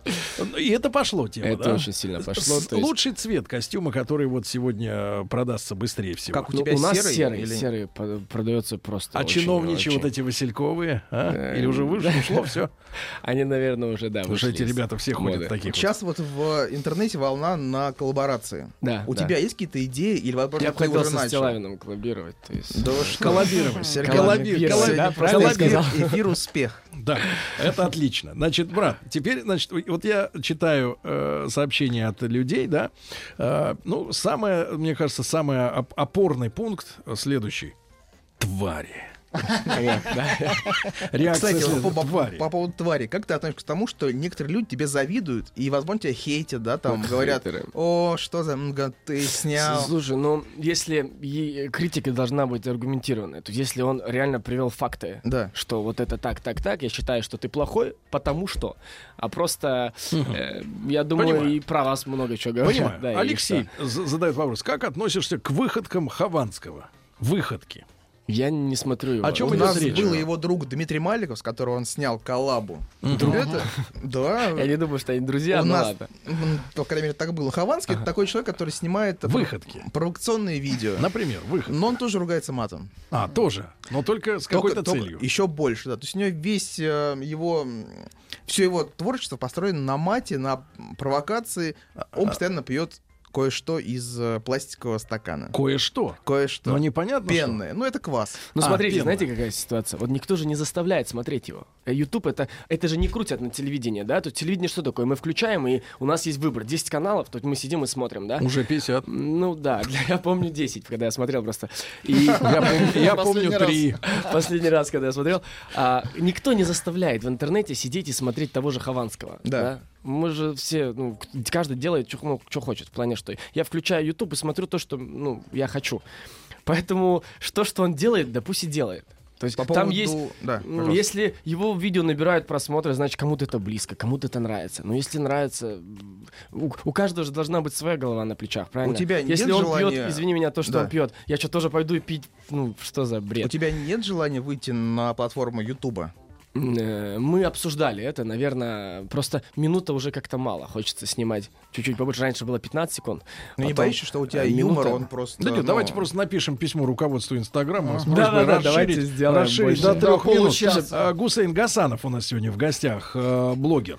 Speaker 4: И это пошло тема,
Speaker 6: Это
Speaker 4: да?
Speaker 6: очень сильно пошло.
Speaker 4: С-
Speaker 6: то есть-
Speaker 4: Лучший цвет костюма, который вот сегодня продастся быстрее всего.
Speaker 5: Как у
Speaker 6: Ну,
Speaker 5: тебя
Speaker 6: у нас
Speaker 5: серый
Speaker 6: серые,
Speaker 5: или-
Speaker 6: серые по- продаются просто.
Speaker 4: а
Speaker 6: очень-
Speaker 4: чиновничьи
Speaker 6: очень.
Speaker 4: вот эти васильковые, а?
Speaker 6: Э,
Speaker 4: Или уже вышло,
Speaker 6: да.
Speaker 4: ушло, все?
Speaker 6: Они, наверное, уже, да,
Speaker 4: Потому что
Speaker 6: вышли
Speaker 4: эти
Speaker 6: из
Speaker 4: ребята все
Speaker 6: моды.
Speaker 4: ходят в таких вот.
Speaker 5: Сейчас вот в интернете волна на коллаборации.
Speaker 6: Да,
Speaker 5: У
Speaker 6: да.
Speaker 5: тебя есть какие-то идеи или вопрос,
Speaker 6: Я бы
Speaker 5: ты
Speaker 6: хотел
Speaker 5: уже
Speaker 6: со
Speaker 5: начал?
Speaker 6: Стилавиным коллабировать. То есть...
Speaker 5: Да уж,
Speaker 4: Коллабировать,
Speaker 5: Сергей,
Speaker 4: Коллабир,
Speaker 6: Коллабировать,
Speaker 4: коллабир.
Speaker 6: да,
Speaker 5: сегодня
Speaker 6: правильно я
Speaker 5: просто
Speaker 6: сказал?
Speaker 5: эфир- Эфир успех.
Speaker 4: Да, это отлично. Значит, брат, теперь, значит, вот я читаю э, сообщения от людей, да. Э, ну, самое, мне кажется, самый оп- опорный пункт э, следующий. Твари. Реакция
Speaker 5: Кстати, вот
Speaker 4: следует.
Speaker 5: по, по-
Speaker 4: твари.
Speaker 5: по поводу твари, как ты относишься к тому, что некоторые люди тебе завидуют и, возможно, тебя хейтят, да, там
Speaker 6: Вот
Speaker 5: говорят,
Speaker 6: хейтеры.
Speaker 5: о, что за мга ты снял.
Speaker 6: Слушай, ну если е- критика должна быть аргументированной, то есть если он реально привел факты,
Speaker 5: Да.
Speaker 6: что вот это так, так, так, я считаю, что ты плохой, потому что, а просто э, я думаю
Speaker 4: Понимаю.
Speaker 6: и про вас много чего говорят.
Speaker 4: Понимаю.
Speaker 6: да, и
Speaker 4: Алексей
Speaker 6: что.
Speaker 4: за- задает вопрос: как относишься к выходкам Хованского? Выходки.
Speaker 6: я не смотрю его.
Speaker 4: О чём
Speaker 5: У
Speaker 4: идёт
Speaker 5: нас
Speaker 4: речь?
Speaker 5: был его друг Дмитрий Маликов, с которого он снял коллабу. Друг? Это- Да.
Speaker 6: Я не думаю, что они друзья,
Speaker 5: у
Speaker 6: ну
Speaker 5: нас,
Speaker 6: ладно.
Speaker 5: м, по крайней мере, так было. Хованский это такой человек, который снимает э,
Speaker 4: Выходки.
Speaker 5: провокационные видео.
Speaker 4: Например, выход.
Speaker 5: Но он тоже ругается матом.
Speaker 4: А, тоже. Но только с какой-то целью.
Speaker 5: еще больше, да. То есть у него весь э, его все его творчество построено на мате, на провокации.
Speaker 4: А,
Speaker 5: Он постоянно пьет кое-что из э, пластикового стакана.
Speaker 4: Кое-что.
Speaker 5: Кое-что.
Speaker 4: Но непонятно. что.
Speaker 5: Пенное. Ну, это квас.
Speaker 6: Ну,
Speaker 4: А,
Speaker 6: смотрите,
Speaker 4: пена.
Speaker 6: знаете, какая ситуация? Вот никто же не заставляет смотреть его. Э, YouTube это, это же не крутят на телевидении, да? Тут телевидение что такое? Мы включаем, и у нас есть выбор. 10 каналов, тут мы сидим и смотрим, да?
Speaker 4: Уже 50.
Speaker 6: Ну да, для- я помню 10, когда я смотрел просто. И
Speaker 4: Я помню- Я
Speaker 7: Последний
Speaker 4: помню
Speaker 7: раз.
Speaker 4: три.
Speaker 6: последний раз, когда я смотрел, а, никто не заставляет в интернете сидеть и смотреть того же Хованского.
Speaker 5: Да.
Speaker 6: Мы же все, ну, к- каждый делает, что, хочет, в плане, что я включаю YouTube и смотрю то, что, ну, я хочу. Поэтому что, что он делает, да пусть и делает. То есть
Speaker 5: По
Speaker 6: там
Speaker 5: поводу-
Speaker 6: есть...
Speaker 5: Да,
Speaker 6: Ну,
Speaker 5: пожалуйста.
Speaker 6: если его видео набирают просмотры, значит, кому-то это близко, кому-то это нравится. Но если нравится, м, у, у каждого же должна быть своя голова на плечах, правильно?
Speaker 5: тебя нет
Speaker 6: если он
Speaker 5: желания-
Speaker 6: пьет, извини меня, то, что
Speaker 5: Да.
Speaker 6: он пьет, я что, тоже пойду и пить? Ну, что за бред?
Speaker 5: У тебя нет желания выйти на платформу Ютуба?
Speaker 6: Э, Мы обсуждали это, наверное, просто минута уже как-то мало. Хочется снимать чуть-чуть побольше. Раньше было 15 секунд.
Speaker 5: Ну, не
Speaker 6: потом,
Speaker 5: боишься, что у тебя
Speaker 6: э,
Speaker 5: юмор,
Speaker 6: минута.
Speaker 5: он просто...
Speaker 4: Да нет,
Speaker 5: ну,
Speaker 4: давайте просто напишем письмо руководству Инстаграма. с
Speaker 6: Да-да-да,
Speaker 4: просьбой расширить-
Speaker 6: давайте сделаем
Speaker 4: расширить
Speaker 6: больше.
Speaker 4: до трех
Speaker 7: До
Speaker 4: минут.
Speaker 7: получаса.
Speaker 4: Слушай, а, Гусейн Гасанов у нас сегодня в гостях, э, блогер.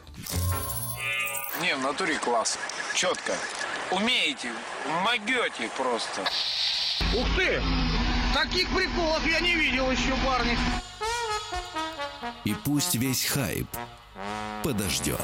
Speaker 10: Не, в натуре класс. Четко. Умеете, могете просто.
Speaker 2: Ух ты! Таких приколов я не видел еще, парни.
Speaker 1: И пусть весь хайп подождет.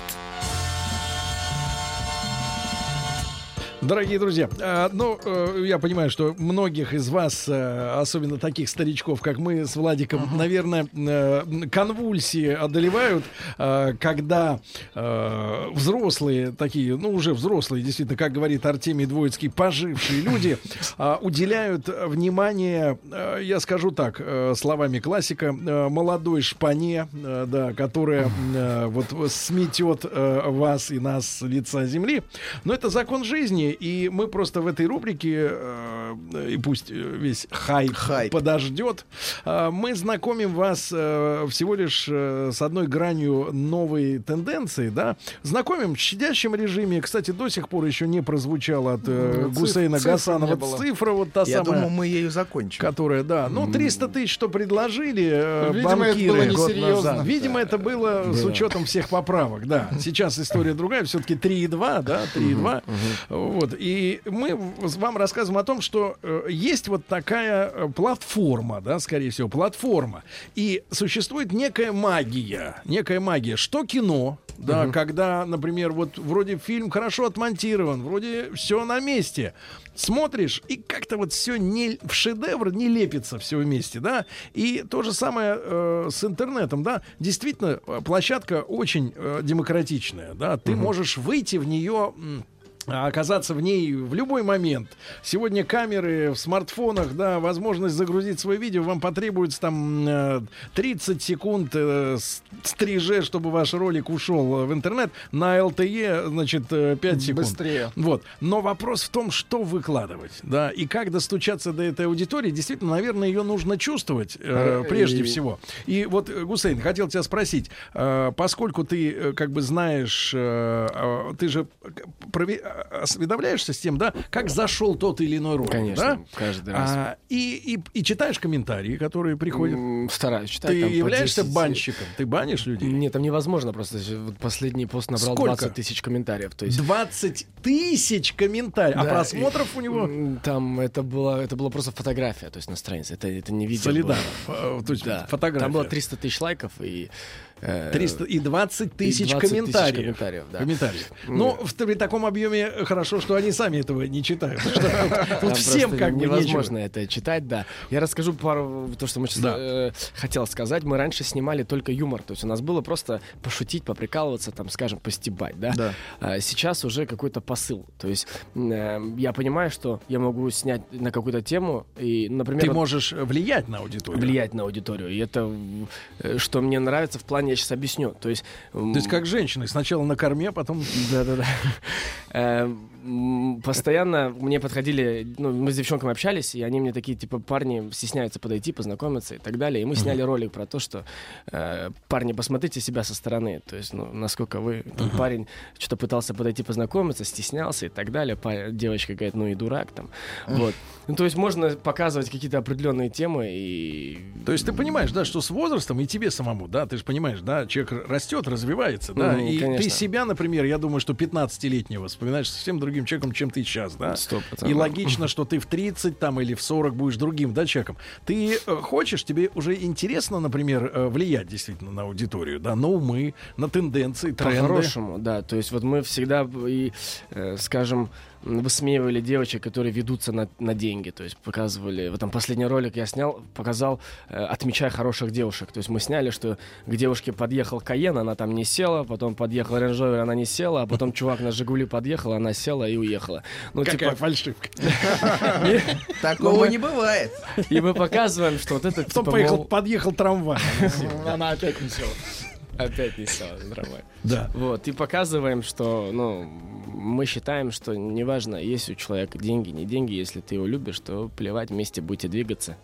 Speaker 4: Дорогие друзья, э, ну, э, я понимаю, что многих из вас, э, особенно таких старичков, как мы с Владиком, наверное, э, конвульсии одолевают, э, когда э, взрослые такие, ну, уже взрослые, действительно, как говорит Артемий Двоицкий, пожившие люди, э, уделяют внимание, э, я скажу так, э, словами классика, э, молодой шпане, э, да, которая э, вот сметет э, вас и нас с лица земли. Но это закон жизни, и мы просто в этой рубрике, э, и пусть э, весь хайп,
Speaker 5: Хайп.
Speaker 4: подождет, э, мы знакомим вас э, всего лишь э, с одной гранью новой тенденции, да, знакомим в щадящем режиме. Кстати, до сих пор еще не прозвучало от э,
Speaker 7: Ну, циф-
Speaker 4: Гусейна
Speaker 7: цифр не
Speaker 4: Гасанова
Speaker 7: было.
Speaker 4: цифра, вот та самая.
Speaker 5: Я думаю, мы ею закончим.
Speaker 4: Которая, да. Ну, 300 тысяч, что предложили э,
Speaker 7: Видимо, это
Speaker 4: банкиры.
Speaker 7: было
Speaker 4: год
Speaker 7: несерьезно.
Speaker 4: назад. Видимо, это было с учетом всех поправок, да. Сейчас история другая, все-таки 3,2, да, 3,2. Вот. И мы в- с- вам рассказываем о том, что э, есть вот такая э, платформа, да, скорее всего, платформа. И существует некая магия, некая магия, что кино, да, когда, например, вот вроде фильм хорошо отмонтирован, вроде все на месте, смотришь и как-то вот все не в шедевр не лепится все вместе, да. И то же самое э, с интернетом, да. Действительно, э, площадка очень э, демократичная, да. Ты можешь выйти в нее. м, а оказаться в ней в любой момент. Сегодня камеры в смартфонах, да, возможность загрузить свое видео, вам потребуется там э, 30 секунд э, с- стрижа, чтобы ваш ролик ушел э, в интернет. На LTE, значит, э, 5 секунд.
Speaker 7: Быстрее.
Speaker 4: Вот. Но вопрос в том, что выкладывать, да, и как достучаться до этой аудитории. Действительно, наверное, ее нужно чувствовать э, прежде всего. И вот, э, Гусейн, хотел тебя спросить, э, поскольку ты э, как бы знаешь, э, э, ты же прове- э, осведомляешься с тем, да, как зашел тот или иной ролик,
Speaker 6: Конечно,
Speaker 4: да?
Speaker 6: каждый раз.
Speaker 4: А, и, и, и читаешь комментарии, которые приходят.
Speaker 6: М, Стараюсь читать.
Speaker 4: ты
Speaker 6: там по
Speaker 4: являешься
Speaker 6: 10.
Speaker 4: банщиком, ты банишь людей?
Speaker 6: Нет, там невозможно просто. э, Вот Последний пост набрал
Speaker 4: Сколько?
Speaker 6: 20 тысяч комментариев. То есть
Speaker 4: 20 тысяч комментариев, а
Speaker 6: Да,
Speaker 4: просмотров у него...
Speaker 6: М, Там это было, это была просто фотография, то есть на странице. Это, это не видео.
Speaker 4: Солидарно.
Speaker 6: было.
Speaker 4: Э, То есть
Speaker 6: Да.
Speaker 4: фотография.
Speaker 6: Там было 300 тысяч лайков и... э,
Speaker 4: 300 и 20 тысяч
Speaker 6: 20 тысяч
Speaker 4: комментариев.
Speaker 6: комментариев, да.
Speaker 4: Комментариев. Но в, при таком объеме хорошо, что они сами этого не читают. Что тут-
Speaker 6: там
Speaker 4: Тут всем
Speaker 6: просто
Speaker 4: как бы
Speaker 6: невозможно
Speaker 4: нечего.
Speaker 6: это читать, да. Я расскажу пару то, что мы сейчас
Speaker 4: Да.
Speaker 6: э, хотел сказать. Мы раньше снимали только юмор, то есть у нас было просто пошутить, поприкалываться, там, скажем, постебать, да.
Speaker 5: Да.
Speaker 6: А сейчас уже какой-то посыл. То есть э, я понимаю, что я могу снять на какую-то тему и, например,
Speaker 4: Ты
Speaker 6: вот-
Speaker 4: можешь э, влиять на аудиторию.
Speaker 6: влиять на аудиторию. И это, м, э, что мне нравится, в плане я сейчас объясню. То есть,
Speaker 4: То есть как женщины. Сначала на корме, а потом...
Speaker 6: Да-да-да. Э, м, Постоянно мне подходили, ну, мы с девчонками общались, и они мне такие, типа, парни стесняются подойти, познакомиться и так далее. И мы сняли ролик про то, что, э, парни, посмотрите себя со стороны. То есть, ну, насколько вы... там, парень что-то пытался подойти, познакомиться, стеснялся и так далее. Пар- Девочка говорит, ну и дурак там. Вот. Ну, то есть можно показывать какие-то определенные темы и...
Speaker 4: То есть ты понимаешь, да, что с возрастом и тебе самому, да, ты же понимаешь, да, человек р- растет, развивается, да,
Speaker 6: Ну,
Speaker 4: и ты
Speaker 6: конечно.
Speaker 4: себя, например, я думаю, что 15-летнего вспоминаешь совсем другим человеком, чем ты сейчас, да.
Speaker 6: Сто
Speaker 4: И
Speaker 6: процентов.
Speaker 4: логично, что ты в 30 там или в 40 будешь другим, да, человеком. Ты э, хочешь, тебе уже интересно, например, э, влиять действительно на аудиторию, да, на умы, на тенденции, тренды.
Speaker 6: По-хорошему, да. То есть вот мы всегда и, э, скажем, м, высмеивали девочек, которые ведутся на, на деньги. То есть показывали... Вот там последний ролик я снял, показал, э, отмечая хороших девушек. То есть мы сняли, что к девушке подъехал Каен, она там не села, потом подъехал Range Rover, она не села, а потом чувак на Жигули подъехал, она села и уехала. Ну,
Speaker 4: Какая
Speaker 6: типа,
Speaker 4: фальшивка.
Speaker 5: Такого
Speaker 6: мы-
Speaker 5: не бывает.
Speaker 6: и мы показываем, что вот это,
Speaker 4: Потом
Speaker 6: типа,
Speaker 4: поехал,
Speaker 6: мол,
Speaker 4: подъехал трамвай.
Speaker 7: Она опять не села.
Speaker 6: опять не стало драма.
Speaker 4: Да.
Speaker 6: Вот, и показываем, что, ну, мы считаем, что неважно, есть у человека деньги, не деньги, если ты его любишь, то плевать, вместе будете двигаться.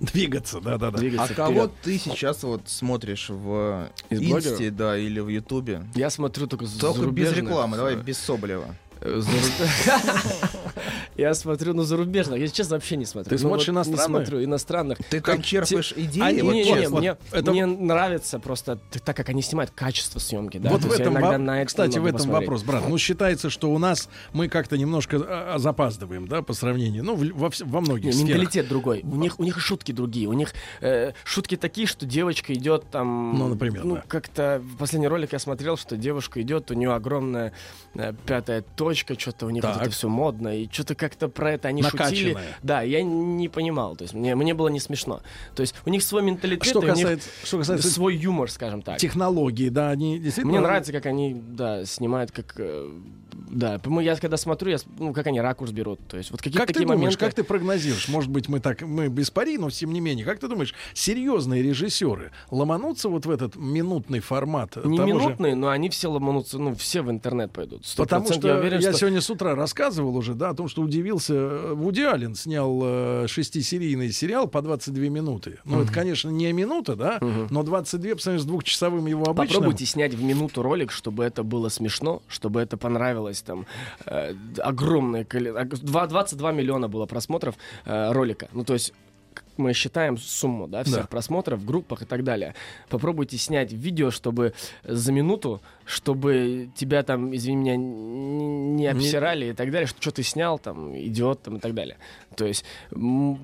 Speaker 4: Двигаться, да, да, да.
Speaker 5: А
Speaker 6: двигаться
Speaker 5: кого
Speaker 6: вперед.
Speaker 5: ты сейчас вот смотришь в
Speaker 6: Из
Speaker 5: Инсте,
Speaker 6: блогеров?
Speaker 5: да, или в Ютубе?
Speaker 6: Я смотрю только, з-
Speaker 5: Только без
Speaker 6: зарубежных,
Speaker 5: рекламы, давай
Speaker 6: э,
Speaker 5: без Соболева.
Speaker 6: э, зару- Я смотрю, ну, зарубежных, я, честно, вообще не смотрю.
Speaker 4: Ты
Speaker 6: Ну,
Speaker 4: смотришь
Speaker 6: вот не
Speaker 4: иностранные?
Speaker 6: смотрю иностранных.
Speaker 5: Ты там
Speaker 6: Как
Speaker 5: черпаешь
Speaker 6: те-
Speaker 5: идеи,
Speaker 6: Они-
Speaker 5: вот
Speaker 6: не, не, не,
Speaker 5: честно.
Speaker 6: мне,
Speaker 4: Это-
Speaker 6: мне нравится просто т- так, как они снимают качество съемки. Да?
Speaker 4: вот
Speaker 6: То
Speaker 4: в
Speaker 6: есть я
Speaker 4: этом,
Speaker 6: иногда
Speaker 4: во-
Speaker 6: на это
Speaker 4: кстати, в
Speaker 6: могу
Speaker 4: этом
Speaker 6: посмотреть.
Speaker 4: вопрос, брат. Ну, считается, что у нас мы как-то немножко а, а, запаздываем, да, по сравнению, ну, в л- во, вс- во многих
Speaker 6: Не,
Speaker 4: сферах.
Speaker 6: менталитет другой. У них, у них и шутки другие. У них э, шутки такие, что девочка идет там...
Speaker 4: Ну, например,
Speaker 6: Ну,
Speaker 4: да.
Speaker 6: как-то в последний ролик я смотрел, что девушка идет, у нее огромная э, пятая точка, сорочка, что-то у них вот
Speaker 4: Так.
Speaker 6: это все модно, и что-то как-то про это они шутили.
Speaker 4: Накачанная.
Speaker 6: Да, я не понимал, то есть мне, мне было не смешно. То есть у них свой менталитет,
Speaker 4: Что
Speaker 6: и у них
Speaker 4: касается- что касается- ну,
Speaker 6: свой юмор, скажем так.
Speaker 4: Технологии, да, они действительно...
Speaker 6: Мне нравится, как они, да, снимают, как, э, да, по-моему, я когда смотрю, я, с- ну, как они ракурс берут, то есть вот какие-то
Speaker 4: Как ты
Speaker 6: такие
Speaker 4: думаешь,
Speaker 6: моменты.
Speaker 4: как ты прогнозируешь? Может быть, мы так, мы без пари, но тем не менее, как ты думаешь, серьезные режиссеры ломанутся вот в этот минутный формат?
Speaker 6: не
Speaker 4: того же-
Speaker 6: минутные, но они все ломанутся, ну, все в интернет пойдут. 100%
Speaker 4: Потому что
Speaker 6: я уверен, что...
Speaker 4: сегодня с утра рассказывал уже, да, о том, что удивился. э, Вуди Аллен снял э, шестисерийный сериал по 22 минуты. Ну, это, конечно, не минута, да, но 22 по сравнению с двухчасовым его обычным.
Speaker 6: Попробуйте снять в минуту ролик, чтобы это было смешно, чтобы это понравилось. Там э, огромное количество... 22 миллиона было просмотров э, ролика. Ну, то есть к- мы считаем сумму да, всех
Speaker 4: Да.
Speaker 6: просмотров в группах и так далее. Попробуйте снять видео, чтобы за минуту, чтобы тебя там, извини меня, н- не обсирали и так далее, что, что ты снял, там, идиот там, и так далее. То есть м,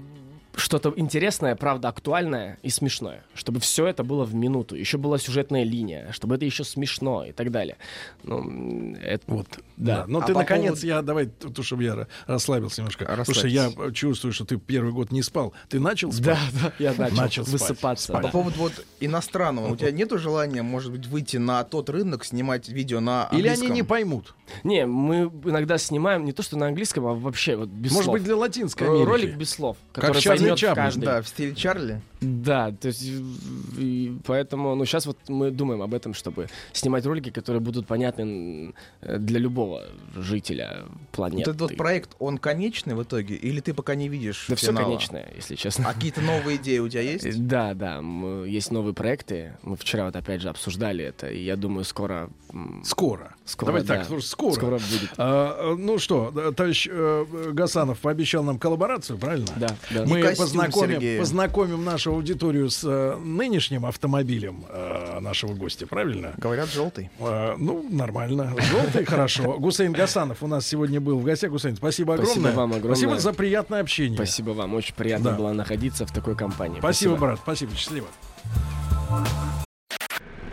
Speaker 6: что-то интересное, правда, актуальное и смешное. Чтобы все это было в минуту. Еще была сюжетная линия, чтобы это еще смешно и так далее. Ну, м, это...
Speaker 4: Вот, да. Но
Speaker 5: А
Speaker 4: ты,
Speaker 5: по
Speaker 4: наконец,
Speaker 5: поводу-
Speaker 4: я, давай, т- то, чтобы я ра- расслабился немножко. Потому что я
Speaker 5: Расслабься.
Speaker 4: э, чувствую, что ты первый год не спал. Ты начал спать?
Speaker 6: Да, да, я начал,
Speaker 4: Начал спать,
Speaker 6: высыпаться.
Speaker 4: спать.
Speaker 6: да.
Speaker 5: А По поводу вот иностранного, у тебя нету желания, может быть, выйти на тот рынок, снимать видео на
Speaker 6: А
Speaker 4: Или
Speaker 5: английском?
Speaker 4: они не поймут?
Speaker 6: Не, мы иногда снимаем не то, что на английском, а вообще вот без
Speaker 4: Может
Speaker 6: слов.
Speaker 4: быть, для Латинской
Speaker 6: Ро-
Speaker 4: Америки.
Speaker 6: Ролик без слов, который
Speaker 4: сейчас
Speaker 6: поймет
Speaker 4: Чаплин,
Speaker 6: каждый.
Speaker 5: Да, в стиле Чарли.
Speaker 6: Да, то есть в- и поэтому, ну сейчас вот мы думаем об этом, чтобы снимать ролики, которые будут понятны э, для любого жителя планеты.
Speaker 5: вот этот вот проект, он конечный в итоге? Или ты пока не видишь
Speaker 6: Да все
Speaker 5: финала?
Speaker 6: конечное, если честно. Э,
Speaker 5: А какие-то новые идеи у тебя есть?
Speaker 6: Да, да, м, есть новые проекты. Мы вчера вот опять же обсуждали это, и я думаю, скоро... м,
Speaker 4: Скоро.
Speaker 6: Скоро,
Speaker 4: Давайте
Speaker 6: да.
Speaker 4: так, слушай, скоро.
Speaker 6: Скоро будет.
Speaker 4: А, э, ну что, э, товарищ э, Гасанов пообещал нам коллаборацию, правильно?
Speaker 6: Да, да.
Speaker 4: Мы
Speaker 5: И костюм
Speaker 4: познакомим,
Speaker 5: Сергея.
Speaker 4: познакомим нашу аудиторию с э, нынешним автомобилем э, нашего гостя, правильно?
Speaker 5: Говорят, желтый.
Speaker 4: Э, ну, нормально. Желтый хорошо. Гусейн Гасанов у нас сегодня был в гостях. Гусейн, спасибо огромное.
Speaker 6: Спасибо вам огромное.
Speaker 4: Спасибо за приятное общение.
Speaker 6: Спасибо вам, очень приятно
Speaker 4: Да.
Speaker 6: было находиться в такой компании.
Speaker 4: Спасибо, брат. Спасибо. Счастливо.